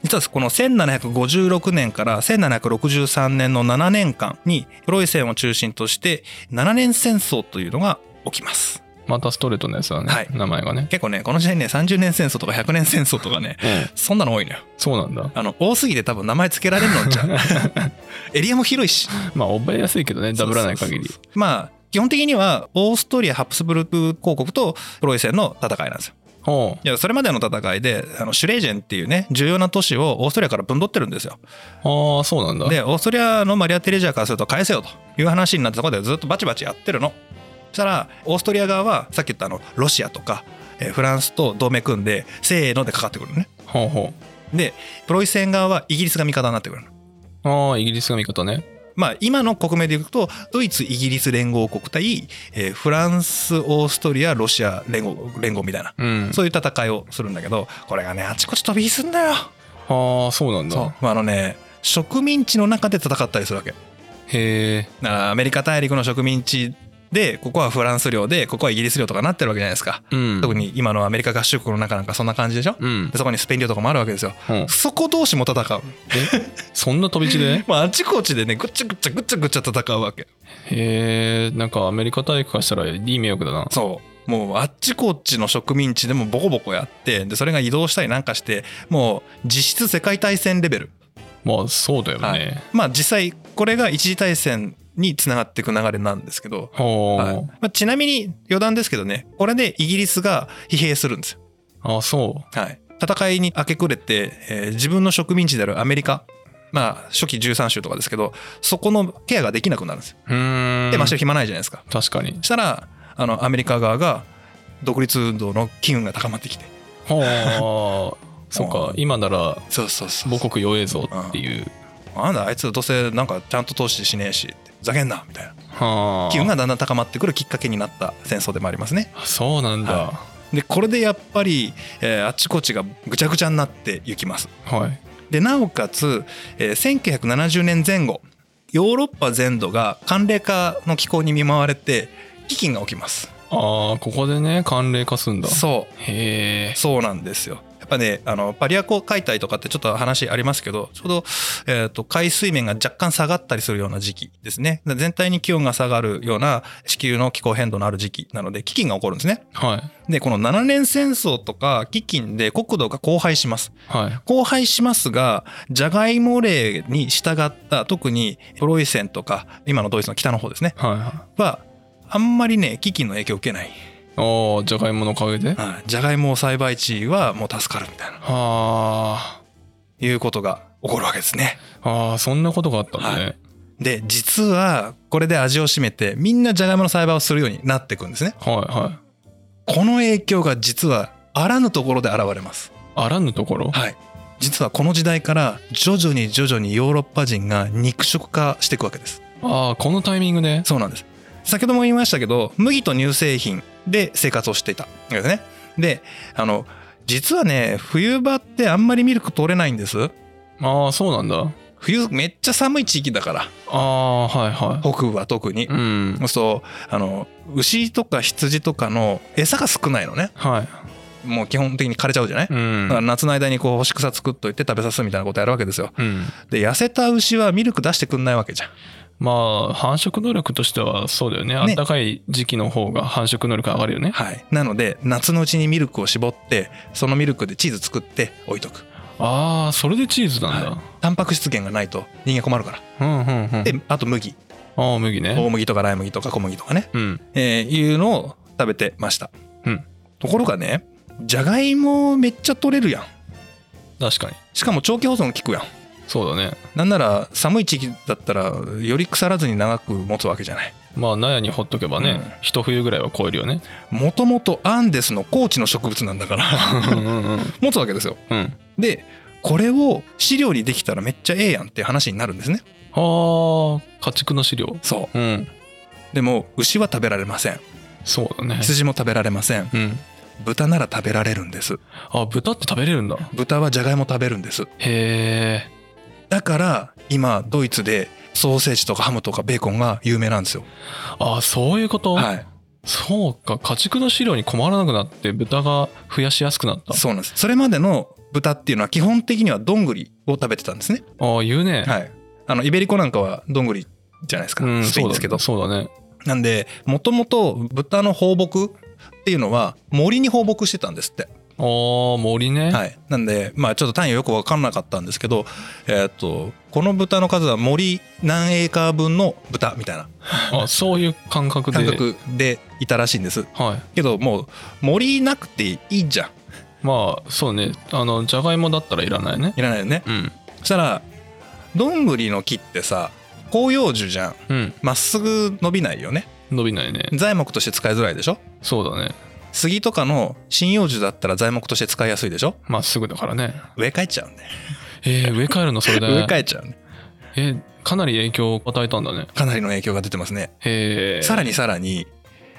[SPEAKER 2] 実はこの1756年から1763年の7年間にプロイセンを中心として7年戦争というのが起きます
[SPEAKER 1] あまたストレートなやつだね、
[SPEAKER 2] はい
[SPEAKER 1] 名前がね
[SPEAKER 2] 結構ねこの時代ね30年戦争とか100年戦争とかね
[SPEAKER 1] うん
[SPEAKER 2] そんなの多いのよ
[SPEAKER 1] そうなんだ
[SPEAKER 2] あの多すぎて多分名前付けられるのじ ゃんエリアも広いし
[SPEAKER 1] まあ覚えやすいけどねダブらない限り
[SPEAKER 2] そうそうそうそうまあ基本的にはオーストリアハプスブルク公国とプロイセンの戦いなんですよ
[SPEAKER 1] ほ
[SPEAKER 2] いやそれまでの戦いであのシュレージェンっていうね重要な都市をオーストリアから分取ってるんですよ
[SPEAKER 1] うああそうなんだ
[SPEAKER 2] でオーストリアのマリア・テレジアからすると返せよという話になってそこでずっとバチバチやってるのそしたらオーストリア側はさっき言ったあのロシアとかえーフランスと同盟組んでせーのでかかってくるのね
[SPEAKER 1] ほうほ
[SPEAKER 2] でプロイセン側はイギリスが味方になってくるの
[SPEAKER 1] うああイギリスが味方ね
[SPEAKER 2] まあ今の国名でいくとドイツイギリス連合国対、えーフランスオーストリアロシア連合連合みたいな
[SPEAKER 1] うん
[SPEAKER 2] そういう戦いをするんだけどこれがねあちこち飛び火すんだよ
[SPEAKER 1] ああそうなんだ
[SPEAKER 2] そう、まあ、あのね植民地の中で戦ったりするわけだか
[SPEAKER 1] へえ
[SPEAKER 2] らアメリカ大陸の植民地でここはフランス領でここはイギリス領とかなってるわけじゃないですか、
[SPEAKER 1] うん
[SPEAKER 2] 特に今のアメリカ合衆国の中なんかそんな感じでしょ、
[SPEAKER 1] うん
[SPEAKER 2] でそこにスペイン領とかもあるわけですよ
[SPEAKER 1] うん
[SPEAKER 2] そこ同士も戦う、
[SPEAKER 1] そんな飛び地 で
[SPEAKER 2] まあ、あちこちでねぐっちゃぐっちゃぐっちゃぐっちゃ戦うわけ
[SPEAKER 1] へえんかアメリカ大陸からしたらいい迷惑だな
[SPEAKER 2] そうもうあっちこっちの植民地でもボコボコやってでそれが移動したりなんかしてもう実質世界大戦レベル
[SPEAKER 1] まあそうだよ
[SPEAKER 2] はい
[SPEAKER 1] ね
[SPEAKER 2] まあ実際これが一次大戦につながっていく流れなんですけど、
[SPEAKER 1] ほう、
[SPEAKER 2] はいまあ、ちなみに余談ですけどねこれでイギリスが疲弊するんですよ、
[SPEAKER 1] ああそ
[SPEAKER 2] はい、戦いに明け暮れて、えー自分の植民地であるアメリカまあ初期13州とかですけどそこのケアができなくなるんですよ。
[SPEAKER 1] うーん
[SPEAKER 2] でまあしてる暇ないじゃないですか。
[SPEAKER 1] 確かに
[SPEAKER 2] したらあのアメリカ側が独立運動の機運が高まってきて
[SPEAKER 1] ほうそっか今なら
[SPEAKER 2] そうそうそ
[SPEAKER 1] 母国弱えぞっていう
[SPEAKER 2] あなんだあいつどうせなんかちゃんと投資しねえしってふざけんなみたいな
[SPEAKER 1] はあ
[SPEAKER 2] 機運がだんだん高まってくるきっかけになった戦争でもありますね。
[SPEAKER 1] あそうなんだ
[SPEAKER 2] はでこれでやっぱり、えーあちこちがぐちゃぐちゃになっていきます。
[SPEAKER 1] はい
[SPEAKER 2] でなおかつ、えー1970年前後ヨーロッパ全土が寒冷化の気候に見舞われて飢饉が起きます。
[SPEAKER 1] ああここでね寒冷化すんだ
[SPEAKER 2] そう
[SPEAKER 1] へえ
[SPEAKER 2] そうなんですよ。やっぱね、あのパリアコ解体とかってちょっと話ありますけど、ちょうど、えー、と海水面が若干下がったりするような時期ですね。で全体に気温が下がるような地球の気候変動のある時期なので、飢饉が起こるんですね。
[SPEAKER 1] はい
[SPEAKER 2] で、この7年戦争とか飢饉で国土が荒廃します。
[SPEAKER 1] はい
[SPEAKER 2] 荒廃しますが、ジャガイモ例に従った、特にプロイセンとか、今のドイツの北の方ですね、
[SPEAKER 1] はいは
[SPEAKER 2] は、あんまりね、飢饉の影響を受けない。
[SPEAKER 1] いおーじゃがいものおかげでは
[SPEAKER 2] はいジャガイモ栽培地はもう助かるみたいな。
[SPEAKER 1] あ
[SPEAKER 2] いうことが起こるわけですね。
[SPEAKER 1] あーそんなことがあったんだね
[SPEAKER 2] で実はこれで味を占めてみんなじゃがいもの栽培をするようになっていくんですね。
[SPEAKER 1] はいは
[SPEAKER 2] この影響が実はあらぬところで現れます。
[SPEAKER 1] いあらぬところ
[SPEAKER 2] はい。実はこの時代から徐々に徐々にヨーロッパ人が肉食化していくわけです。
[SPEAKER 1] ああこのタイミングで
[SPEAKER 2] そうなんです。先ほども言いましたけど麦と乳製品で生活をしていたわけですね。であの実はね冬場ってあんまりミルク取れないんです。
[SPEAKER 1] ああそうなんだ
[SPEAKER 2] 冬めっちゃ寒い地域だから
[SPEAKER 1] ああはいは
[SPEAKER 2] 北部は特に
[SPEAKER 1] いうん
[SPEAKER 2] そうあの牛とか羊とかの餌が少ないのね
[SPEAKER 1] はい
[SPEAKER 2] もう基本的に枯れちゃうじゃな
[SPEAKER 1] う
[SPEAKER 2] い、だ
[SPEAKER 1] ん
[SPEAKER 2] から夏の間にこう干し草作っといて食べさすみたいなことやるわけですよ
[SPEAKER 1] うん
[SPEAKER 2] で痩せた牛はミルク出してくんないわけじゃん
[SPEAKER 1] まあ繁殖能力としてはそうだよねあったかい時期の方が繁殖能力上がるよね
[SPEAKER 2] はいなので夏のうちにミルクを絞ってそのミルクでチーズ作って置いとく
[SPEAKER 1] ああそれでチーズなんだ、
[SPEAKER 2] はタンパク質源がないと人間困るから
[SPEAKER 1] うんうんうん
[SPEAKER 2] であと麦
[SPEAKER 1] ああ麦
[SPEAKER 2] 大
[SPEAKER 1] ね
[SPEAKER 2] 麦とかライ麦とか小麦とかね、
[SPEAKER 1] うん
[SPEAKER 2] えーいうのを食べてました、
[SPEAKER 1] うん
[SPEAKER 2] ところがねじゃがいもめっちゃ取れるやん
[SPEAKER 1] 確かに
[SPEAKER 2] しかも長期保存効くやん
[SPEAKER 1] そうだね
[SPEAKER 2] なんなら寒い地域だったらより腐らずに長く持つわけじゃない
[SPEAKER 1] まあ納屋にほっとけばね、
[SPEAKER 2] うん
[SPEAKER 1] 一冬ぐらいは超えるよね
[SPEAKER 2] もともとアンデスの高地の植物なんだから
[SPEAKER 1] うんうんうん
[SPEAKER 2] 持つわけですよ
[SPEAKER 1] うん
[SPEAKER 2] でこれを飼料にできたらめっちゃええやんっていう話になるんですね
[SPEAKER 1] あー家畜の飼料
[SPEAKER 2] そ
[SPEAKER 1] うん
[SPEAKER 2] うでも牛は食べられません
[SPEAKER 1] そうだね
[SPEAKER 2] 羊も食べられません
[SPEAKER 1] うん
[SPEAKER 2] 豚なら食べられるんです
[SPEAKER 1] あ豚って食べれるんだ
[SPEAKER 2] 豚はじゃがいも食べるんです
[SPEAKER 1] へえ
[SPEAKER 2] だから今ドイツでソーセージとかハムとかベーコンが有名なんですよ
[SPEAKER 1] あそういうこと、
[SPEAKER 2] はい
[SPEAKER 1] そうか家畜の飼料に困らなくなって豚が増やしやすくなった
[SPEAKER 2] そうなんですそれまでの豚っていうのは基本的にはどんぐりを食べてたんですね
[SPEAKER 1] ああ言うね、
[SPEAKER 2] はい、あのイベリコなんかはどんぐりじゃないですか、
[SPEAKER 1] うん
[SPEAKER 2] スペインですけど
[SPEAKER 1] そうだね
[SPEAKER 2] なんでもともと豚の放牧っていうのは森に放牧してたんですって、
[SPEAKER 1] あー森ね、
[SPEAKER 2] はい、なんでまあちょっと単位はよく分かんなかったんですけど、えーっとこの豚の数は森何エーカー分の豚みたいな
[SPEAKER 1] あそういう感覚で
[SPEAKER 2] 感覚でいたらしいんです
[SPEAKER 1] はい
[SPEAKER 2] けどもう森なくていいじゃん
[SPEAKER 1] まあそうねあのじゃがいもだったらいらないね
[SPEAKER 2] いらないよね
[SPEAKER 1] うん
[SPEAKER 2] そしたらどんぐりの木ってさ広葉樹じゃん
[SPEAKER 1] うん
[SPEAKER 2] まっすぐ伸びないよね
[SPEAKER 1] 伸びないね
[SPEAKER 2] 材木として使いづらいでしょ
[SPEAKER 1] そうだね
[SPEAKER 2] 杉とかの針葉樹だったら材木として使いやすいでしょ
[SPEAKER 1] まっすぐだからね
[SPEAKER 2] 植え替えちゃうんで、
[SPEAKER 1] えー、 植え替えるのそれで
[SPEAKER 2] 植え替えちゃうんで
[SPEAKER 1] えーかなり影響を与えたんだね
[SPEAKER 2] かなりの影響が出てますね、
[SPEAKER 1] へえ
[SPEAKER 2] さらにさらに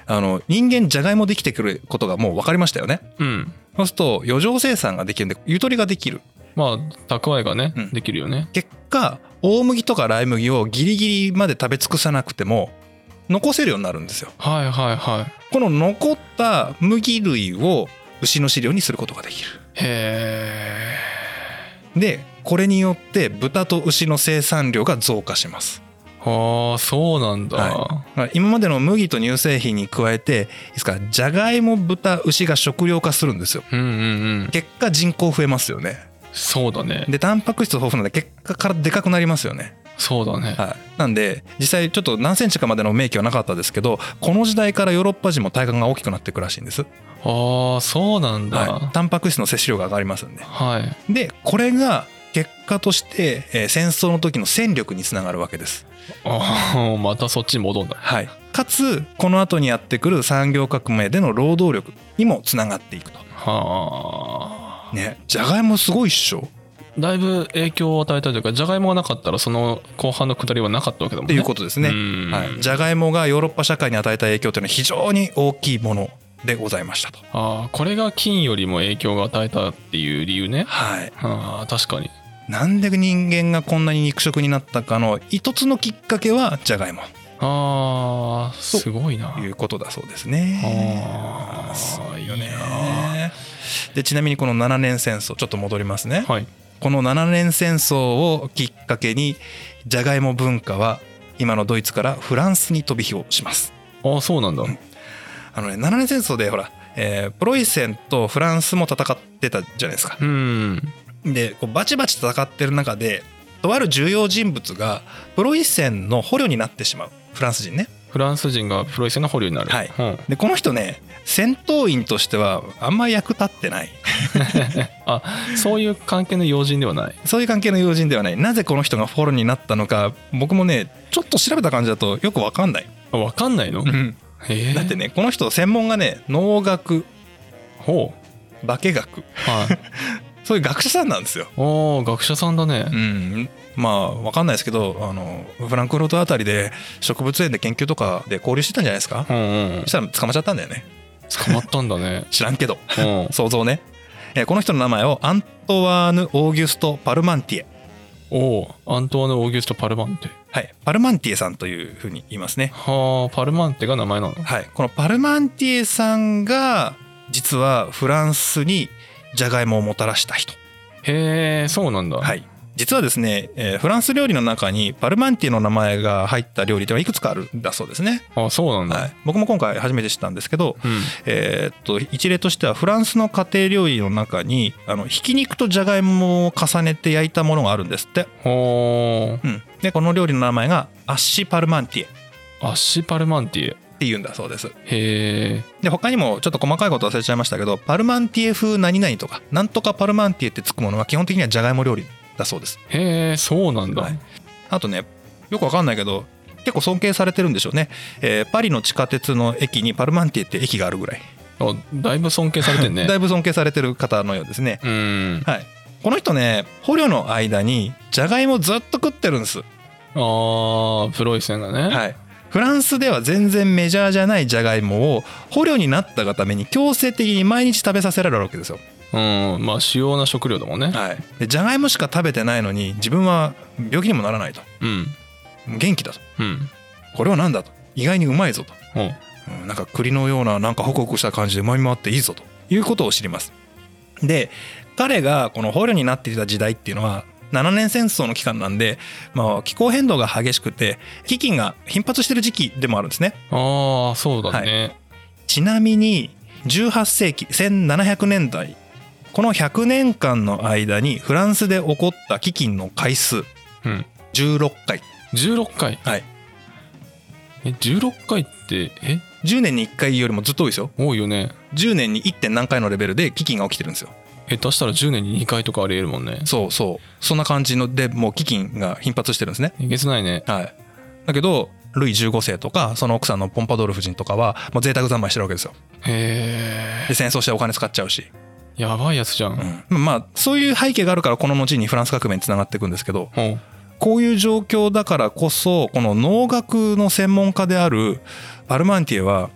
[SPEAKER 2] あの人間じゃがいもできてくることがもう分かりましたよね
[SPEAKER 1] うん
[SPEAKER 2] そうすると余剰生産ができるんでゆとりができる
[SPEAKER 1] まあ蓄えがね、
[SPEAKER 2] うん
[SPEAKER 1] できるよね
[SPEAKER 2] 結果大麦とかライ麦をギリギリまで食べ尽くさなくても残せるようになるんですよ
[SPEAKER 1] はいはいはい
[SPEAKER 2] この残った麦類を牛の飼料にすることができる
[SPEAKER 1] へ
[SPEAKER 2] でこれによって豚と牛の生産量が増加しま
[SPEAKER 1] え
[SPEAKER 2] す
[SPEAKER 1] ああそうなんだ、
[SPEAKER 2] は今までの麦と乳製品に加えていいですかじゃがいも豚牛が食料化するんですよ
[SPEAKER 1] うんうんうん
[SPEAKER 2] 結果人口増えますよね
[SPEAKER 1] そうだね
[SPEAKER 2] でタンパク質豊富なんで結果からでかくなりますよね
[SPEAKER 1] そうだね。
[SPEAKER 2] はい、なんで実際ちょっと何センチかまでの明記はなかったですけどこの時代からヨーロッパ人も体感が大きくなっていくらしいんです、
[SPEAKER 1] ああ、そうなんだ。
[SPEAKER 2] はい、タンパク質の摂取量が上がりますんで
[SPEAKER 1] はい。
[SPEAKER 2] でこれが結果として、えー戦争の時の戦力につながるわけです、
[SPEAKER 1] ああ、またそっちに戻んだ。
[SPEAKER 2] はい、かつこの後にやってくる産業革命での労働力にもつながっていくと
[SPEAKER 1] はあ。
[SPEAKER 2] ねじゃがいもすごいっしょっ
[SPEAKER 1] だいぶ影響を与えたというか、じゃがいもがなかったら、その後半の下りはなかったわけだもん
[SPEAKER 2] て
[SPEAKER 1] ね。
[SPEAKER 2] いうことですね
[SPEAKER 1] うん
[SPEAKER 2] はい、じゃがいもがヨーロッパ社会に与えた影響というのは非常に大きいものでございましたと
[SPEAKER 1] ああ、これが金よりも影響が与えたっていう理由ね。
[SPEAKER 2] はい
[SPEAKER 1] ああ、確かに。
[SPEAKER 2] なんで人間がこんなに肉食になったかの一つのきっかけはじゃがいも
[SPEAKER 1] ああ、すごいな。
[SPEAKER 2] ということだそうですね。
[SPEAKER 1] ああ、いいね。
[SPEAKER 2] でちなみにこの7年戦争ちょっと戻りますね、
[SPEAKER 1] はい。
[SPEAKER 2] この7年戦争をきっかけにじゃがいも文化は今のドイツからフランスに飛び火をします
[SPEAKER 1] ああ、そうなんだ。
[SPEAKER 2] あのね7年戦争でほら、えープロイセンとフランスも戦ってたじゃないですか
[SPEAKER 1] うん。
[SPEAKER 2] でこうバチバチ戦ってる中でとある重要人物がプロイセンの捕虜になってしまうフランス人ね
[SPEAKER 1] フランス人がプロイセンの捕虜になる。
[SPEAKER 2] はい
[SPEAKER 1] うん
[SPEAKER 2] でこの人ね戦闘員としてはあんま役立ってない
[SPEAKER 1] あ、そういう関係の要人ではない。
[SPEAKER 2] そういう関係の要人ではないなぜこの人がフォローになったのか僕もねちょっと調べた感じだとよくわかんない、
[SPEAKER 1] あわかんないのええ
[SPEAKER 2] だってねこの人専門がね農学
[SPEAKER 1] ほ
[SPEAKER 2] 化学
[SPEAKER 1] う。はい。
[SPEAKER 2] そういう学者さんなんですよ
[SPEAKER 1] おお、学者さんだね
[SPEAKER 2] う。んまあわかんないですけどあのフランクフルトあたりで植物園で研究とかで交流してたんじゃないですか
[SPEAKER 1] うんうん
[SPEAKER 2] そし。たら捕まっちゃったんだよね
[SPEAKER 1] 捕まったんだね。
[SPEAKER 2] 知らんけど
[SPEAKER 1] うん。
[SPEAKER 2] 想像ね、えーこの人の名前をアントワーヌ・オーギュスト・パルマンティエ
[SPEAKER 1] おお、アントワーヌ・オーギュスト・パルマンテ。
[SPEAKER 2] はい、パルマンティエさんというふうに言いますね。
[SPEAKER 1] はあ、パルマンテが名前なの。
[SPEAKER 2] はい、このパルマンティエさんが実はフランスにジャガイモをもたらした人。
[SPEAKER 1] へえ、そうなんだ。。
[SPEAKER 2] はいい、実はですね、えーフランス料理の中にパルマンティエの名前が入った料理というのはいくつかあるんだそうですね。
[SPEAKER 1] あ、そうなんだ。
[SPEAKER 2] はい、僕も今回初めて知ったんですけど、
[SPEAKER 1] うん。
[SPEAKER 2] えーっと一例としてはフランスの家庭料理の中にあのひき肉とジャガイモを重ねて焼いたものがあるんですって。
[SPEAKER 1] ほ
[SPEAKER 2] うん、でこの料理の名前がアッシパルマンティエっ
[SPEAKER 1] うアッシュ・パルマンティ
[SPEAKER 2] ていうんだそうです。
[SPEAKER 1] へえ。
[SPEAKER 2] で他にもちょっと細かいこと忘れちゃいましたけどパルマンティエ風何々とかなんとかパルマンティエってつくものは基本的にはじゃがいも料理だそうです
[SPEAKER 1] へえ、そうなんだ。
[SPEAKER 2] はいあとねよくわかんないけど結構尊敬されてるんでしょうね、えーパリの地下鉄の駅にパルマンティエって駅があるぐらい、
[SPEAKER 1] あだいぶ尊敬されてんね
[SPEAKER 2] だ。いぶ尊敬されてる方のようですね
[SPEAKER 1] うん。
[SPEAKER 2] はいこの人ね捕虜の間にじゃがいもずっと食ってるんです
[SPEAKER 1] ああ、プロイセンがね。
[SPEAKER 2] はいフランスでは全然メジャーじゃないじゃがいもを捕虜になったがために強制的に毎日食べさせられるわけですよ
[SPEAKER 1] うん、まあ主要な食料だもんね。
[SPEAKER 2] はい、でじゃがいもしか食べてないのに自分は病気にもならないと
[SPEAKER 1] うん、
[SPEAKER 2] 元気だと
[SPEAKER 1] うん、
[SPEAKER 2] これは何だと意外にうまいぞと、
[SPEAKER 1] ほう
[SPEAKER 2] うんなんか栗のようななんかホクホクした感じでうまみもあっていいぞということを知りますで彼がこの捕虜になっていた時代っていうのは7年戦争の期間なんで、まあ、気候変動が激しくて飢饉が頻発してる時期でもあるんですね
[SPEAKER 1] ああ、そうだね。
[SPEAKER 2] ちなみに18世紀1700年代この100年間の間にフランスで起こった飢饉の回数
[SPEAKER 1] うん、
[SPEAKER 2] 16回
[SPEAKER 1] 十六回。
[SPEAKER 2] はい
[SPEAKER 1] え、十六回って、え、
[SPEAKER 2] 10年に1回よりもずっと多いですよ
[SPEAKER 1] 多いよね。
[SPEAKER 2] 10年に 1. 点何回のレベルで飢饉が起きてるんですよ
[SPEAKER 1] 下手したら十年に二回とかありえるもんね。
[SPEAKER 2] そうそうそんな感じのでもう飢饉が頻発してるんですね
[SPEAKER 1] えげつないね。
[SPEAKER 2] はいだけどルイ15世とかその奥さんのポンパドール夫人とかはもう贅沢三昧してるわけですよ
[SPEAKER 1] へえ、
[SPEAKER 2] で戦争してお金使っちゃうし、
[SPEAKER 1] やばいやつじゃん。
[SPEAKER 2] うん、まあそういう背景があるからこの後にフランス革命につながっていくんですけど
[SPEAKER 1] ほう
[SPEAKER 2] こういう状況だからこそこの農学の専門家であるパルマンティエは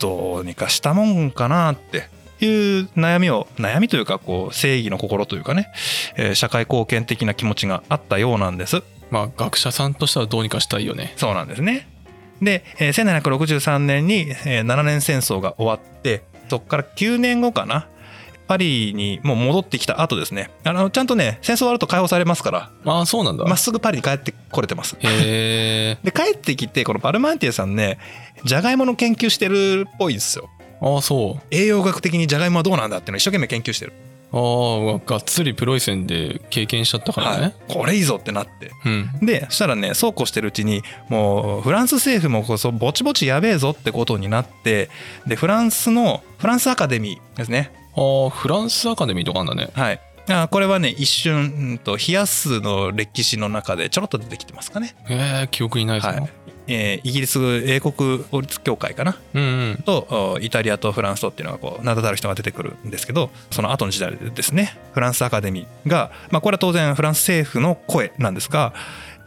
[SPEAKER 2] どうにかしたもんかなっていう悩みを悩みというかこう正義の心というかね、えー社会貢献的な気持ちがあったようなんです。
[SPEAKER 1] まあ学者さんとしてはどうにかしたいよね。
[SPEAKER 2] そうなんですね。で、えー1763年に、えー7年戦争が終わってそこから9年後かなパリにもう戻ってきた後ですねあのちゃんとね戦争終わると解放されますから
[SPEAKER 1] ああ、そうなんだ。
[SPEAKER 2] まっすぐパリに帰ってこれてます。
[SPEAKER 1] へえ、
[SPEAKER 2] で帰ってきてこのパルマンティエさんねじゃがいもの研究してるっぽいんですよ
[SPEAKER 1] ああ、そう。
[SPEAKER 2] 栄養学的にじゃがいもはどうなんだっていうのを一生懸命研究してる
[SPEAKER 1] あああがっつりプロイセンで経験しちゃったから
[SPEAKER 2] は
[SPEAKER 1] ね
[SPEAKER 2] い、これいいぞってなって
[SPEAKER 1] うん
[SPEAKER 2] でそしたらねそうこうしてるうちにもうフランス政府もこそぼちぼちやべえぞってことになってでフランスのフランスアカデミーですね
[SPEAKER 1] ああフランスアカデミーとかあんだね
[SPEAKER 2] はいあこれはね一瞬うんと冷やすの歴史の中でちょろっと出てきてますかね、
[SPEAKER 1] ええ記憶にないぞ、
[SPEAKER 2] はいえーイギリス英国王立協会かな
[SPEAKER 1] うんうん
[SPEAKER 2] とおイタリアとフランスとっていうのがこう名だたる人が出てくるんですけどその後の時代でですねフランスアカデミーが、まあ、これは当然フランス政府の声なんですが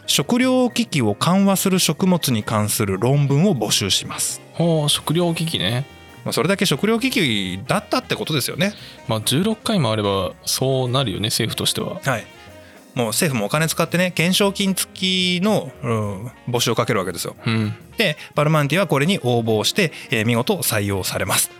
[SPEAKER 2] 食糧危機を緩和する食物に関する論文を募集します
[SPEAKER 1] ああ食糧危機ね
[SPEAKER 2] まあそれだけ食糧危機だったってことですよね
[SPEAKER 1] まあ16回もあればそうなるよね政府としては
[SPEAKER 2] はいもう政府もお金使ってね懸賞金付きの、うん募集をかけるわけですよ
[SPEAKER 1] うん
[SPEAKER 2] でパルマンティはこれに応募して、えー見事採用されます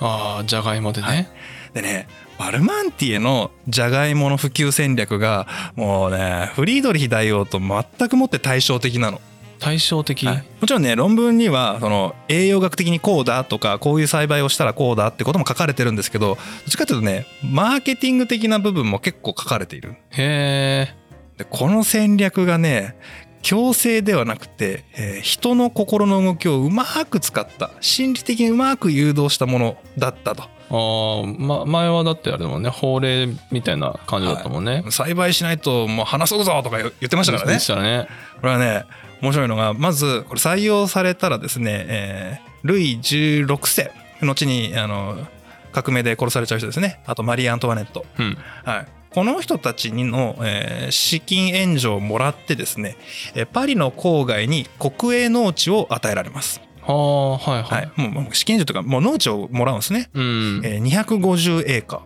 [SPEAKER 1] ああじゃがいもでね、
[SPEAKER 2] でねバルマンティエのジャガイモの普及戦略がもうねフリードリヒ大王と全くもって対照的なの、
[SPEAKER 1] 対照的、
[SPEAKER 2] はいもちろんね論文にはその栄養学的にこうだとかこういう栽培をしたらこうだってことも書かれてるんですけどどっちかというとねマーケティング的な部分も結構書かれている
[SPEAKER 1] へえ
[SPEAKER 2] でこの戦略がね強制ではなくて、えー人の心の動きをうまく使った心理的にうまく誘導したものだったと
[SPEAKER 1] ああ、ま、前はだってあれだもんね法令みたいな感じだったもんね、
[SPEAKER 2] 栽培しないともう話そうぞとか言ってましたからね
[SPEAKER 1] でしたね
[SPEAKER 2] これはね面白いのがまずこれ採用されたらですね、えールイ16世後にあの革命で殺されちゃう人ですねあとマリー・アントワネット、
[SPEAKER 1] うん
[SPEAKER 2] はい、この人たちにの、えー資金援助をもらってですねえーパリの郊外に国営農地を与えられます、
[SPEAKER 1] ああはいは、
[SPEAKER 2] はいい、もうもう資金援助というかもう農地をもらうんですね、
[SPEAKER 1] うん、
[SPEAKER 2] えー250エーカ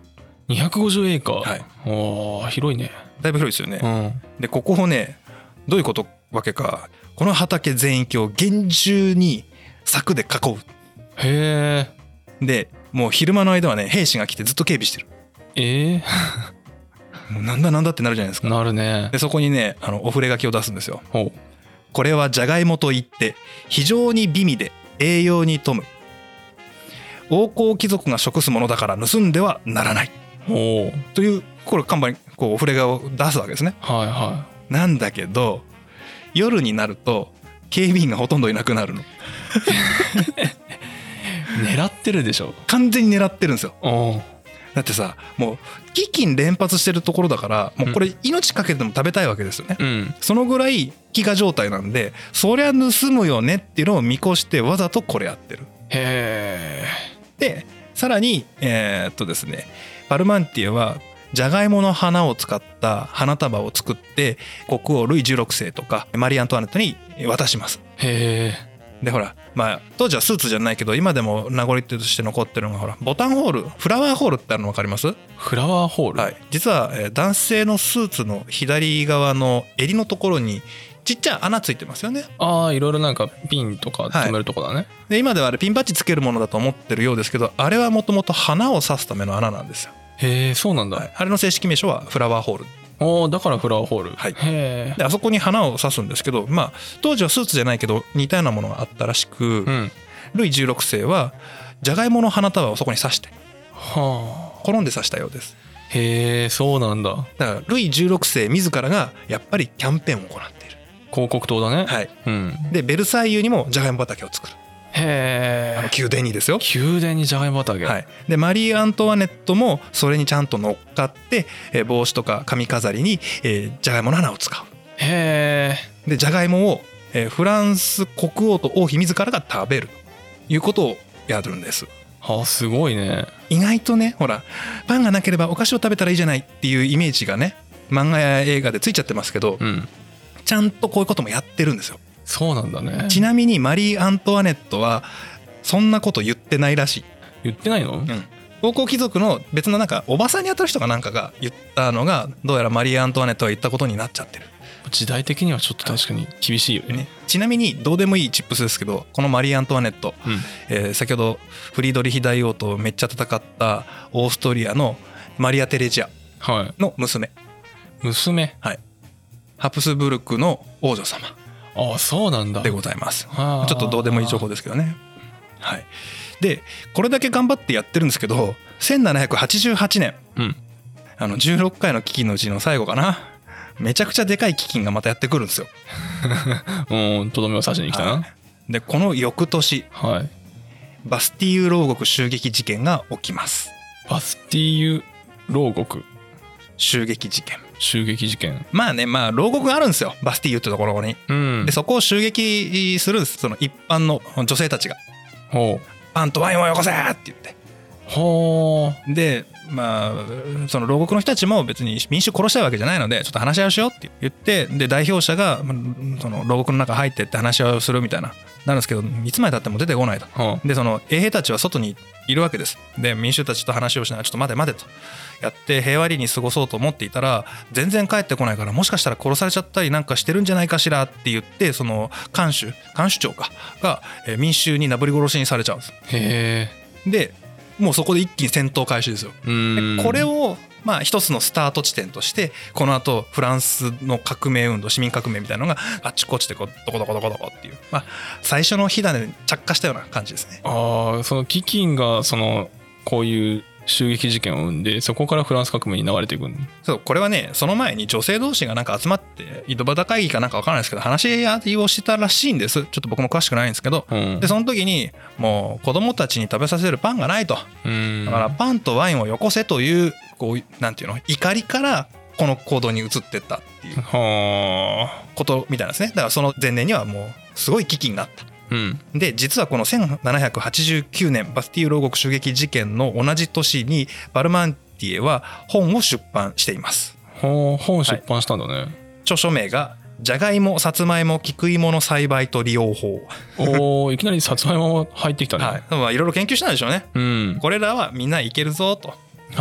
[SPEAKER 1] 250エーカー、
[SPEAKER 2] はい
[SPEAKER 1] おー広いね
[SPEAKER 2] ーだいぶ広いですよね、
[SPEAKER 1] うん
[SPEAKER 2] でここをねどういうことわけかこの畑全域を厳重に柵で囲
[SPEAKER 1] へー
[SPEAKER 2] うでもう昼間の間はね兵士が来てずっと警備してる
[SPEAKER 1] え
[SPEAKER 2] もうなんだなんだってなるじゃないです
[SPEAKER 1] ー、
[SPEAKER 2] か
[SPEAKER 1] なるね
[SPEAKER 2] でそこにねあのお触れ書きを出すんですよ
[SPEAKER 1] ほう
[SPEAKER 2] これはじゃがいもといって非常に美味で栄養に富む王侯貴族が食すものだから盗んではならない
[SPEAKER 1] ほう
[SPEAKER 2] というこれ看板にこうお触れ顔を出すわけですね
[SPEAKER 1] はいは
[SPEAKER 2] なんだけど夜になると警備員がほとんどいなくなるの
[SPEAKER 1] い狙ってるでしょ
[SPEAKER 2] 完全に狙ってるんですよ
[SPEAKER 1] おう
[SPEAKER 2] だってさもう飢饉連発してるところだからもうこれ命かけても食べたいわけですよね、
[SPEAKER 1] うん
[SPEAKER 2] そのぐらい飢餓状態なんでそりゃ盗むよねっていうのを見越してわざとこれやってる
[SPEAKER 1] へ
[SPEAKER 2] でさらにえーっとですねバルマンティエはジャガイモの花を使った花束を作って国王ルイ16世とかマリー・アントワネットに渡します
[SPEAKER 1] えへえ
[SPEAKER 2] でほらまあ当時はスーツじゃないけど今でも名残として残ってるのがほらボタンホールフラワーホールってあるの分かります
[SPEAKER 1] フラワーホール、
[SPEAKER 2] はい、実はえー男性のスーツの左側の襟のところにちっちゃい穴ついてますよね
[SPEAKER 1] ああいろいろなんかピンとか留めるとこだね、
[SPEAKER 2] で今ではあれピンバッジつけるものだと思ってるようですけどあれはもともと花を刺すための穴なんですよ、
[SPEAKER 1] へえそうなんだ、
[SPEAKER 2] はい、あれの正式名称はフラワーホール
[SPEAKER 1] おおだからフラワーホール、
[SPEAKER 2] はい
[SPEAKER 1] へえ
[SPEAKER 2] であそこに花を刺すんですけどまあ当時はスーツじゃないけど似たようなものがあったらしく、
[SPEAKER 1] うん
[SPEAKER 2] ルイ16世はジャガイモの花束をそこに刺して
[SPEAKER 1] は
[SPEAKER 2] 転んで刺したようです
[SPEAKER 1] あへえそうなんだ
[SPEAKER 2] だからルイ16世自らがやっぱりキャンペーンを行っている
[SPEAKER 1] 広告塔だね、
[SPEAKER 2] はい
[SPEAKER 1] うん
[SPEAKER 2] でベルサイユにもジャガイモ畑を作る
[SPEAKER 1] へ
[SPEAKER 2] あの
[SPEAKER 1] え
[SPEAKER 2] 宮殿にですよ
[SPEAKER 1] 宮殿にじゃがいも畑、
[SPEAKER 2] はい、でマリー・アントワネットもそれにちゃんと乗っかって、えー帽子とか髪飾りに、えー、ジャガイモの花を使
[SPEAKER 1] へえ
[SPEAKER 2] うでジャガイモを、えーフランス国王と王妃自らが食べるということをやるんです
[SPEAKER 1] あすごいね
[SPEAKER 2] 意外とねほらパンがなければお菓子を食べたらいいじゃないっていうイメージがね漫画や映画でついちゃってますけど
[SPEAKER 1] うん
[SPEAKER 2] ちゃんとこういうこともやってるんですよ
[SPEAKER 1] そうなんだね
[SPEAKER 2] ちなみにマリー・アントワネットはそんなこと言ってないらしい
[SPEAKER 1] 言ってないの
[SPEAKER 2] 王侯貴族の別のなんかおばさんにあたる人かなんかが言ったのがどうやらマリー・アントワネットが言ったことになっちゃってる、
[SPEAKER 1] 時代的にはちょっと確かに厳しいよね
[SPEAKER 2] ね、ちなみにどうでもいいチップスですけどこのマリー・アントワネット、
[SPEAKER 1] うん
[SPEAKER 2] えー先ほどフリードリヒ大王とめっちゃ戦ったオーストリアのマリア・テレジア
[SPEAKER 1] は
[SPEAKER 2] の娘
[SPEAKER 1] い娘
[SPEAKER 2] ハプスブルクの王女様
[SPEAKER 1] あそうなんだ
[SPEAKER 2] でございます
[SPEAKER 1] はあ
[SPEAKER 2] ちょっとどうでもいい情報ですけどねはいでこれだけ頑張ってやってるんですけど1788年
[SPEAKER 1] うん
[SPEAKER 2] あの16回の基金のうちの最後かなめちゃくちゃでかい基金がまたやってくるんですよ
[SPEAKER 1] うんとどめを刺しに来たな
[SPEAKER 2] でこの翌年
[SPEAKER 1] はい
[SPEAKER 2] バスティーユ牢獄襲撃事件が起きます
[SPEAKER 1] バスティーユ牢獄
[SPEAKER 2] 襲撃事件
[SPEAKER 1] 襲撃事件
[SPEAKER 2] まあねまあ牢獄があるんですよバスティーユってところに
[SPEAKER 1] うん
[SPEAKER 2] でそこを襲撃するんですその一般の女性たちが
[SPEAKER 1] ほ
[SPEAKER 2] 「パンとワインをよこせ!」って言って
[SPEAKER 1] うほ
[SPEAKER 2] でまあその牢獄の人たちも別に民衆殺したいわけじゃないのでちょっと話し合いをしようって言ってで代表者がまあその牢獄の中入ってって話し合いをするみたいななるんですけどいつまでたっても出てこないと
[SPEAKER 1] うほ
[SPEAKER 2] でその衛兵たちは外にいるわけですで民衆たちと話をしながらちょっと待て待てとやって平和裏に過ごそうと思っていたら全然帰ってこないからもしかしたら殺されちゃったりなんかしてるんじゃないかしらって言ってその看守看守長かがえー民衆になぶり殺しにされちゃうんで
[SPEAKER 1] う
[SPEAKER 2] す
[SPEAKER 1] へ
[SPEAKER 2] でもうそこで一気に戦闘開始ですよ
[SPEAKER 1] えうん
[SPEAKER 2] これをまあ一つのスタート地点としてこのあとフランスの革命運動市民革命みたいなのがあっちこっちでこうどこどこどこどこっていう、まあ、最初の火種に着火したような感じですね。
[SPEAKER 1] ああその基金がそのこういう襲撃事件を生んでそこからフランス革命に流れていくん
[SPEAKER 2] そうこれはねその前に女性同士がなんか集まって井戸端会議かなんかわからないですけど話し合いをしてたらしいんですちょっと僕も詳しくないんですけど
[SPEAKER 1] うん
[SPEAKER 2] でその時にもう子供たちに食べさせるパンがないと
[SPEAKER 1] うん
[SPEAKER 2] だからパンとワインをよこせというこうなんていうの怒りからこの行動に移ってったっていう
[SPEAKER 1] はあ
[SPEAKER 2] ことみたいなんですねだからその前年にはもうすごい危機になった
[SPEAKER 1] うん
[SPEAKER 2] で実はこの1789年バスティーユ牢獄襲撃事件の同じ年にバルマンティエは本を出版しています
[SPEAKER 1] ほう本出版したんだね、
[SPEAKER 2] 著書名が「じゃがいもさつまいも菊芋の栽培と利用法
[SPEAKER 1] お おいきなりさつまいも入ってき」たね、
[SPEAKER 2] はいまあいろいろ研究したんでしょうね
[SPEAKER 1] うん
[SPEAKER 2] これらはみんないけるぞと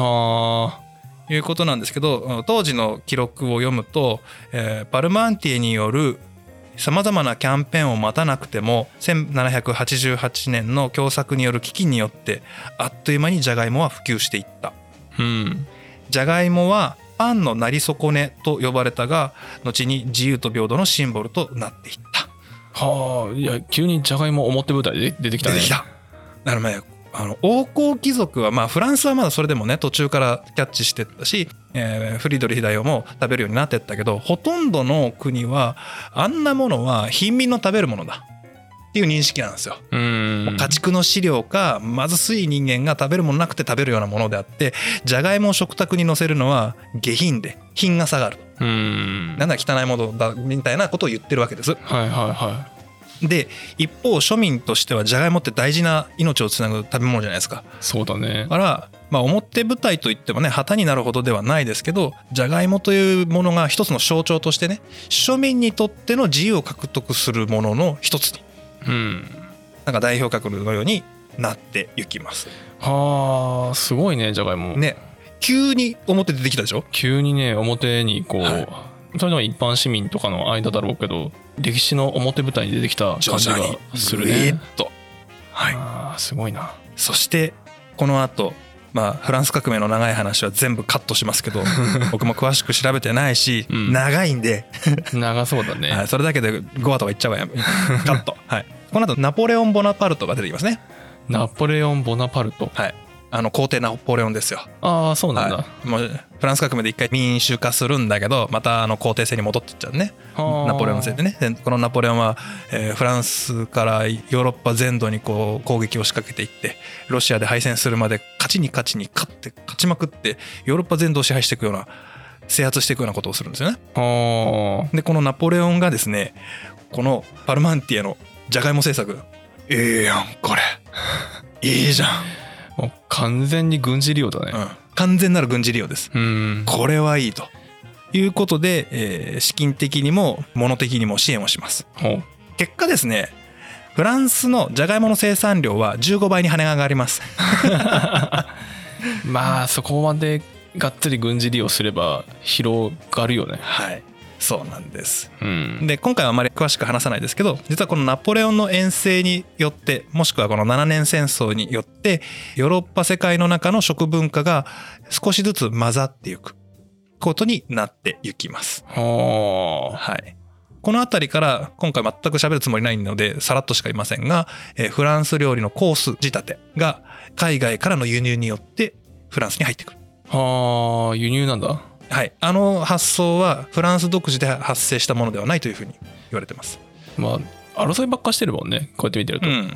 [SPEAKER 1] は
[SPEAKER 2] いうことなんですけど当時の記録を読むと、えーバルマンティエによるさまざまなキャンペーンを待たなくても1788年の共作による危機によってあっという間にジャガイモは普及していった
[SPEAKER 1] あうん
[SPEAKER 2] ジャガイモはパンのなり損ねと呼ばれたが後に自由と平等のシンボルとなっていった
[SPEAKER 1] はあいや急にじゃがいも表舞台で出てきた
[SPEAKER 2] 出
[SPEAKER 1] ね
[SPEAKER 2] てきた。なるほどね。あの王侯貴族はまあフランスはまだそれでもね途中からキャッチしてったし、えーフリードリヒ大王も食べるようになってったけどほとんどの国はあんなものは貧民の食べるものだっていう認識なんですよ。
[SPEAKER 1] うん
[SPEAKER 2] 家畜の飼料か貧しい人間が食べるものなくて食べるようなものであってじゃがいもを食卓に載せるのは下品で品が下がる
[SPEAKER 1] うん
[SPEAKER 2] なんだ汚いものだみたいなことを言ってるわけです。
[SPEAKER 1] はいはいは
[SPEAKER 2] で一方庶民としてはじゃがいもって大事な命をつなぐ食べ物じゃないですか
[SPEAKER 1] いそうだね
[SPEAKER 2] だから、まあ、表舞台といってもね旗になるほどではないですけどじゃがいもというものが一つの象徴としてね庶民にとっての自由を獲得するものの一つに
[SPEAKER 1] うん
[SPEAKER 2] なんか代表格のようになっていきます
[SPEAKER 1] はあすごいねじゃがいも
[SPEAKER 2] ね急に表出てきたでしょ
[SPEAKER 1] 急にね表にこう、
[SPEAKER 2] はい
[SPEAKER 1] それのは一般市民とかの間だろうけど歴史の表舞台に出てきた感じがする
[SPEAKER 2] えっ
[SPEAKER 1] ね
[SPEAKER 2] とはい
[SPEAKER 1] あーすごいな
[SPEAKER 2] そしてこの後まあフランス革命の長い話は全部カットしま すけど僕も詳しく調べてないし、
[SPEAKER 1] うん
[SPEAKER 2] 長いんで
[SPEAKER 1] 長そうだ
[SPEAKER 2] はい、
[SPEAKER 1] ね
[SPEAKER 2] それだけで5話とかいっちゃうわやめ カット、はい、この後ナポレオン・ボナパルトが出てきますね
[SPEAKER 1] ナポレオン・ボナパルト
[SPEAKER 2] はいあの皇帝ナポレオンですよ、
[SPEAKER 1] ああそうなんだ、
[SPEAKER 2] はい、もうフランス革命で一回民主化するんだけどまたあの皇帝制に戻ってっちゃうね
[SPEAKER 1] はあ
[SPEAKER 2] ナポレオン制でねでこのナポレオンは、えーフランスからヨーロッパ全土にこう攻撃を仕掛けていってロシアで敗戦するまで勝ちに勝ちに勝って勝ちまくってヨーロッパ全土を支配していくような制圧していくようなことをするんですよね
[SPEAKER 1] は
[SPEAKER 2] でこのナポレオンがですねこのパルマンティエのジャガイモ政策ええやんこれいいじゃん、
[SPEAKER 1] あもう完全に軍事利用だ
[SPEAKER 2] う
[SPEAKER 1] ね
[SPEAKER 2] ん、完全なる軍事利用です
[SPEAKER 1] うん
[SPEAKER 2] これはいいということで、えー資金的にも物的にも支援をします
[SPEAKER 1] ほう
[SPEAKER 2] 結果ですねフランスのジャガイモの生産量は15倍に跳ね上がります
[SPEAKER 1] まあそこまでがっつり軍事利用すれば広がるよね
[SPEAKER 2] はいそうなんです
[SPEAKER 1] うん
[SPEAKER 2] で今回はあまり詳しく話さないですけど実はこのナポレオンの遠征によってもしくはこの7年戦争によってヨーロッパ世界の中の食文化が少しずつ混ざっていくことになっていきます。
[SPEAKER 1] は
[SPEAKER 2] はいこの辺りから今回全く喋るつもりないのでさらっとしかいませんが、えーフランス料理のコース仕立てが海外からの輸入によってフランスに入ってくる
[SPEAKER 1] あはあ輸入なんだ
[SPEAKER 2] はい、あの発想はフランス独自で発生したものではないというふうに言われてます。
[SPEAKER 1] まあ争いばっかしてるもんねこうやって見てると
[SPEAKER 2] うん、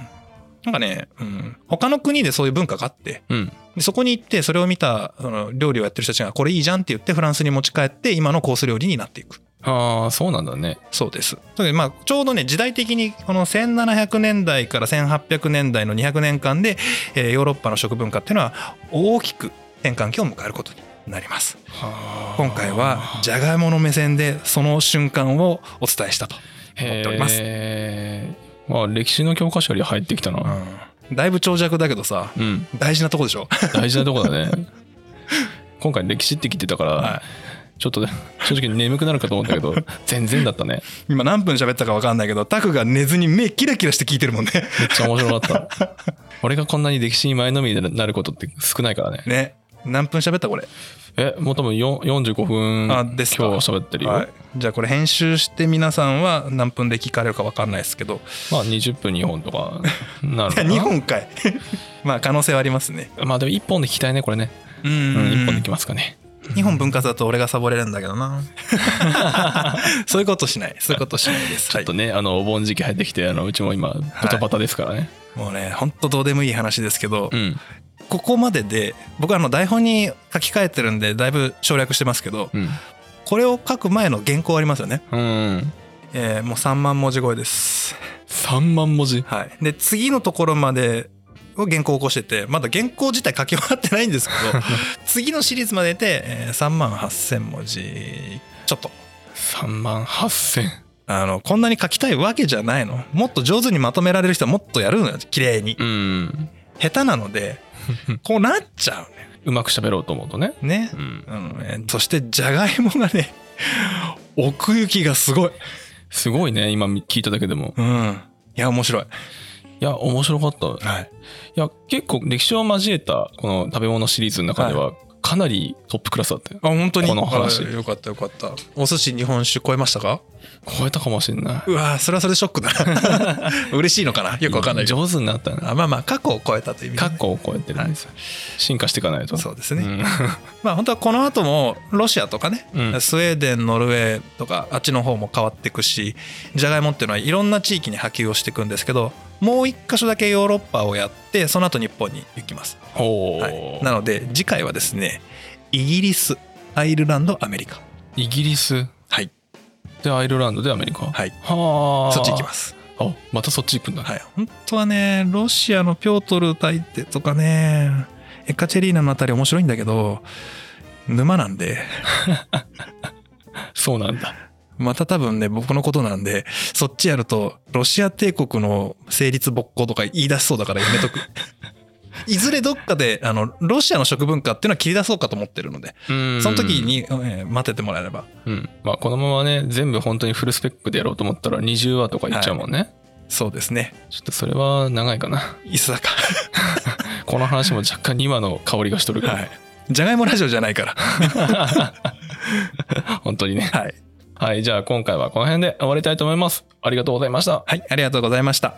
[SPEAKER 2] なんかね、うん、他の国でそういう文化があって
[SPEAKER 1] うん
[SPEAKER 2] でそこに行ってそれを見たその料理をやってる人たちがこれいいじゃんって言ってフランスに持ち帰って今のコース料理になっていく
[SPEAKER 1] ああそうなんだね
[SPEAKER 2] そうですで、まあ、ちょうどね時代的にこの1700年代から1800年代の200年間で、えーヨーロッパの食文化っていうのは大きく転換期を迎えることになります
[SPEAKER 1] はあ
[SPEAKER 2] 今回はじゃがいもの目線でその瞬間をお伝えしたと、思っております
[SPEAKER 1] へえまあ歴史の教科書より入ってきたな
[SPEAKER 2] うん、だいぶ長尺だけどさ
[SPEAKER 1] うん
[SPEAKER 2] 大事なとこでしょ
[SPEAKER 1] 大事なとこだね今回歴史って聞いてたから、
[SPEAKER 2] は
[SPEAKER 1] ちょっとね正直眠くなるかと思ったけど全然だったね
[SPEAKER 2] 今何分喋ったか分かんないけどタクが寝ずに目キラキラして聞いてるもんね
[SPEAKER 1] めっちゃ面白かった俺がこんなに歴史に前のめりになることって少ないからね
[SPEAKER 2] ね何分喋ったこれ、
[SPEAKER 1] えもう多分よ45分
[SPEAKER 2] あ
[SPEAKER 1] 今日
[SPEAKER 2] ですか
[SPEAKER 1] 喋ってるよ、
[SPEAKER 2] はい、じゃあこれ編集して皆さんは何分で聞かれるか分かんないですけど
[SPEAKER 1] まあ20分2本とかなる
[SPEAKER 2] いや
[SPEAKER 1] かな
[SPEAKER 2] 2本かい まあ可能性はありますね
[SPEAKER 1] まあでも1本で聞きたいねこれね、
[SPEAKER 2] う
[SPEAKER 1] うん
[SPEAKER 2] ん
[SPEAKER 1] 1本できますかね
[SPEAKER 2] 2本分割だと俺がサボれるんだけ どなそういうことしないそういうことしないで す
[SPEAKER 1] ちょっとね、あのお盆時期入ってきてあのうちも今バタバタですからね、
[SPEAKER 2] はい、もうねほんとどうでもいい話ですけど、
[SPEAKER 1] うん
[SPEAKER 2] ここまでで僕はあの台本に書き換えてるんでだいぶ省略してますけど
[SPEAKER 1] うん
[SPEAKER 2] これを書く前の原稿ありますよね、
[SPEAKER 1] うん
[SPEAKER 2] えーもう3万文字超えです
[SPEAKER 1] 3万文字
[SPEAKER 2] はいで次のところまでを原稿を起こしててまだ原稿自体書き終わってないんですけど 次のシリーズまでで、えー3万8,000文字ちょっと
[SPEAKER 1] 3万8000
[SPEAKER 2] あのこんなに書きたいわけじゃないのもっと上手にまとめられる人はもっとやるのよ綺麗に
[SPEAKER 1] うん
[SPEAKER 2] 下手なの でこうなっちゃう
[SPEAKER 1] うまく喋ろうと思うとね、
[SPEAKER 2] ねね
[SPEAKER 1] うん、
[SPEAKER 2] うんえーそしてじゃがいもがね 奥行きがすごい、
[SPEAKER 1] すごいね今聞いただけでも
[SPEAKER 2] うん、いや面白い、
[SPEAKER 1] いや面白かったい
[SPEAKER 2] はい、
[SPEAKER 1] や結構歴史を交えたこの食べ物シリーズの中ではかなりトップクラスだったよ
[SPEAKER 2] あ本当に
[SPEAKER 1] この話
[SPEAKER 2] あよかったよかったお寿司日本酒超えましたか
[SPEAKER 1] 超えたかもしれないう
[SPEAKER 2] わーそれはそれでショック だな嬉しいのかなよくわかんないけど
[SPEAKER 1] 上手になったな
[SPEAKER 2] あまあまあ過去を超えたという意味で
[SPEAKER 1] 過去を超えてるんですよ進化していかないと
[SPEAKER 2] そうですね、
[SPEAKER 1] ね
[SPEAKER 2] まあ本当はこの後もロシアとかね、
[SPEAKER 1] うん
[SPEAKER 2] スウェーデンノルウェーとかあっちの方も変わっていくしじゃがいもっていうのはいろんな地域に波及をしていくんですけどもう一箇所だけヨーロッパをやってその後日本に行きます、
[SPEAKER 1] お
[SPEAKER 2] はい、
[SPEAKER 1] ー
[SPEAKER 2] なので次回はですねイギリスアイルランドアメリカ
[SPEAKER 1] イギリス
[SPEAKER 2] はい
[SPEAKER 1] でアイルランドでアメリカ
[SPEAKER 2] はい
[SPEAKER 1] はあ
[SPEAKER 2] そっち行きます
[SPEAKER 1] あまたそっち行くんだ、
[SPEAKER 2] はい本当はねロシアのピョートル大帝とかねエカチェリーナのあたり面白いんだけど沼なんで
[SPEAKER 1] そうなんだ
[SPEAKER 2] また多分ね、僕のことなんで、そっちやると、ロシア帝国の成立勃興とか言い出しそうだからやめ とく。いずれどっかで、あの、ロシアの食文化っていうのは切り出そうかと思ってるので、
[SPEAKER 1] うん
[SPEAKER 2] その時に、えー待っててもらえれば。
[SPEAKER 1] うんまあこのままね全部本当にフルスペックでやろうと思ったら20話とかいっちゃうもんね、
[SPEAKER 2] そうですね。
[SPEAKER 1] ちょっとそれは長いかな
[SPEAKER 2] いさか。
[SPEAKER 1] この話も若干に今の香りがしとるから、
[SPEAKER 2] はい。じゃがいもラジオじゃないから。
[SPEAKER 1] 本当にね
[SPEAKER 2] はい。
[SPEAKER 1] はいじゃあ今回はこの辺で終わりたいと思いますありがとうございました
[SPEAKER 2] はい、ありがとうございました。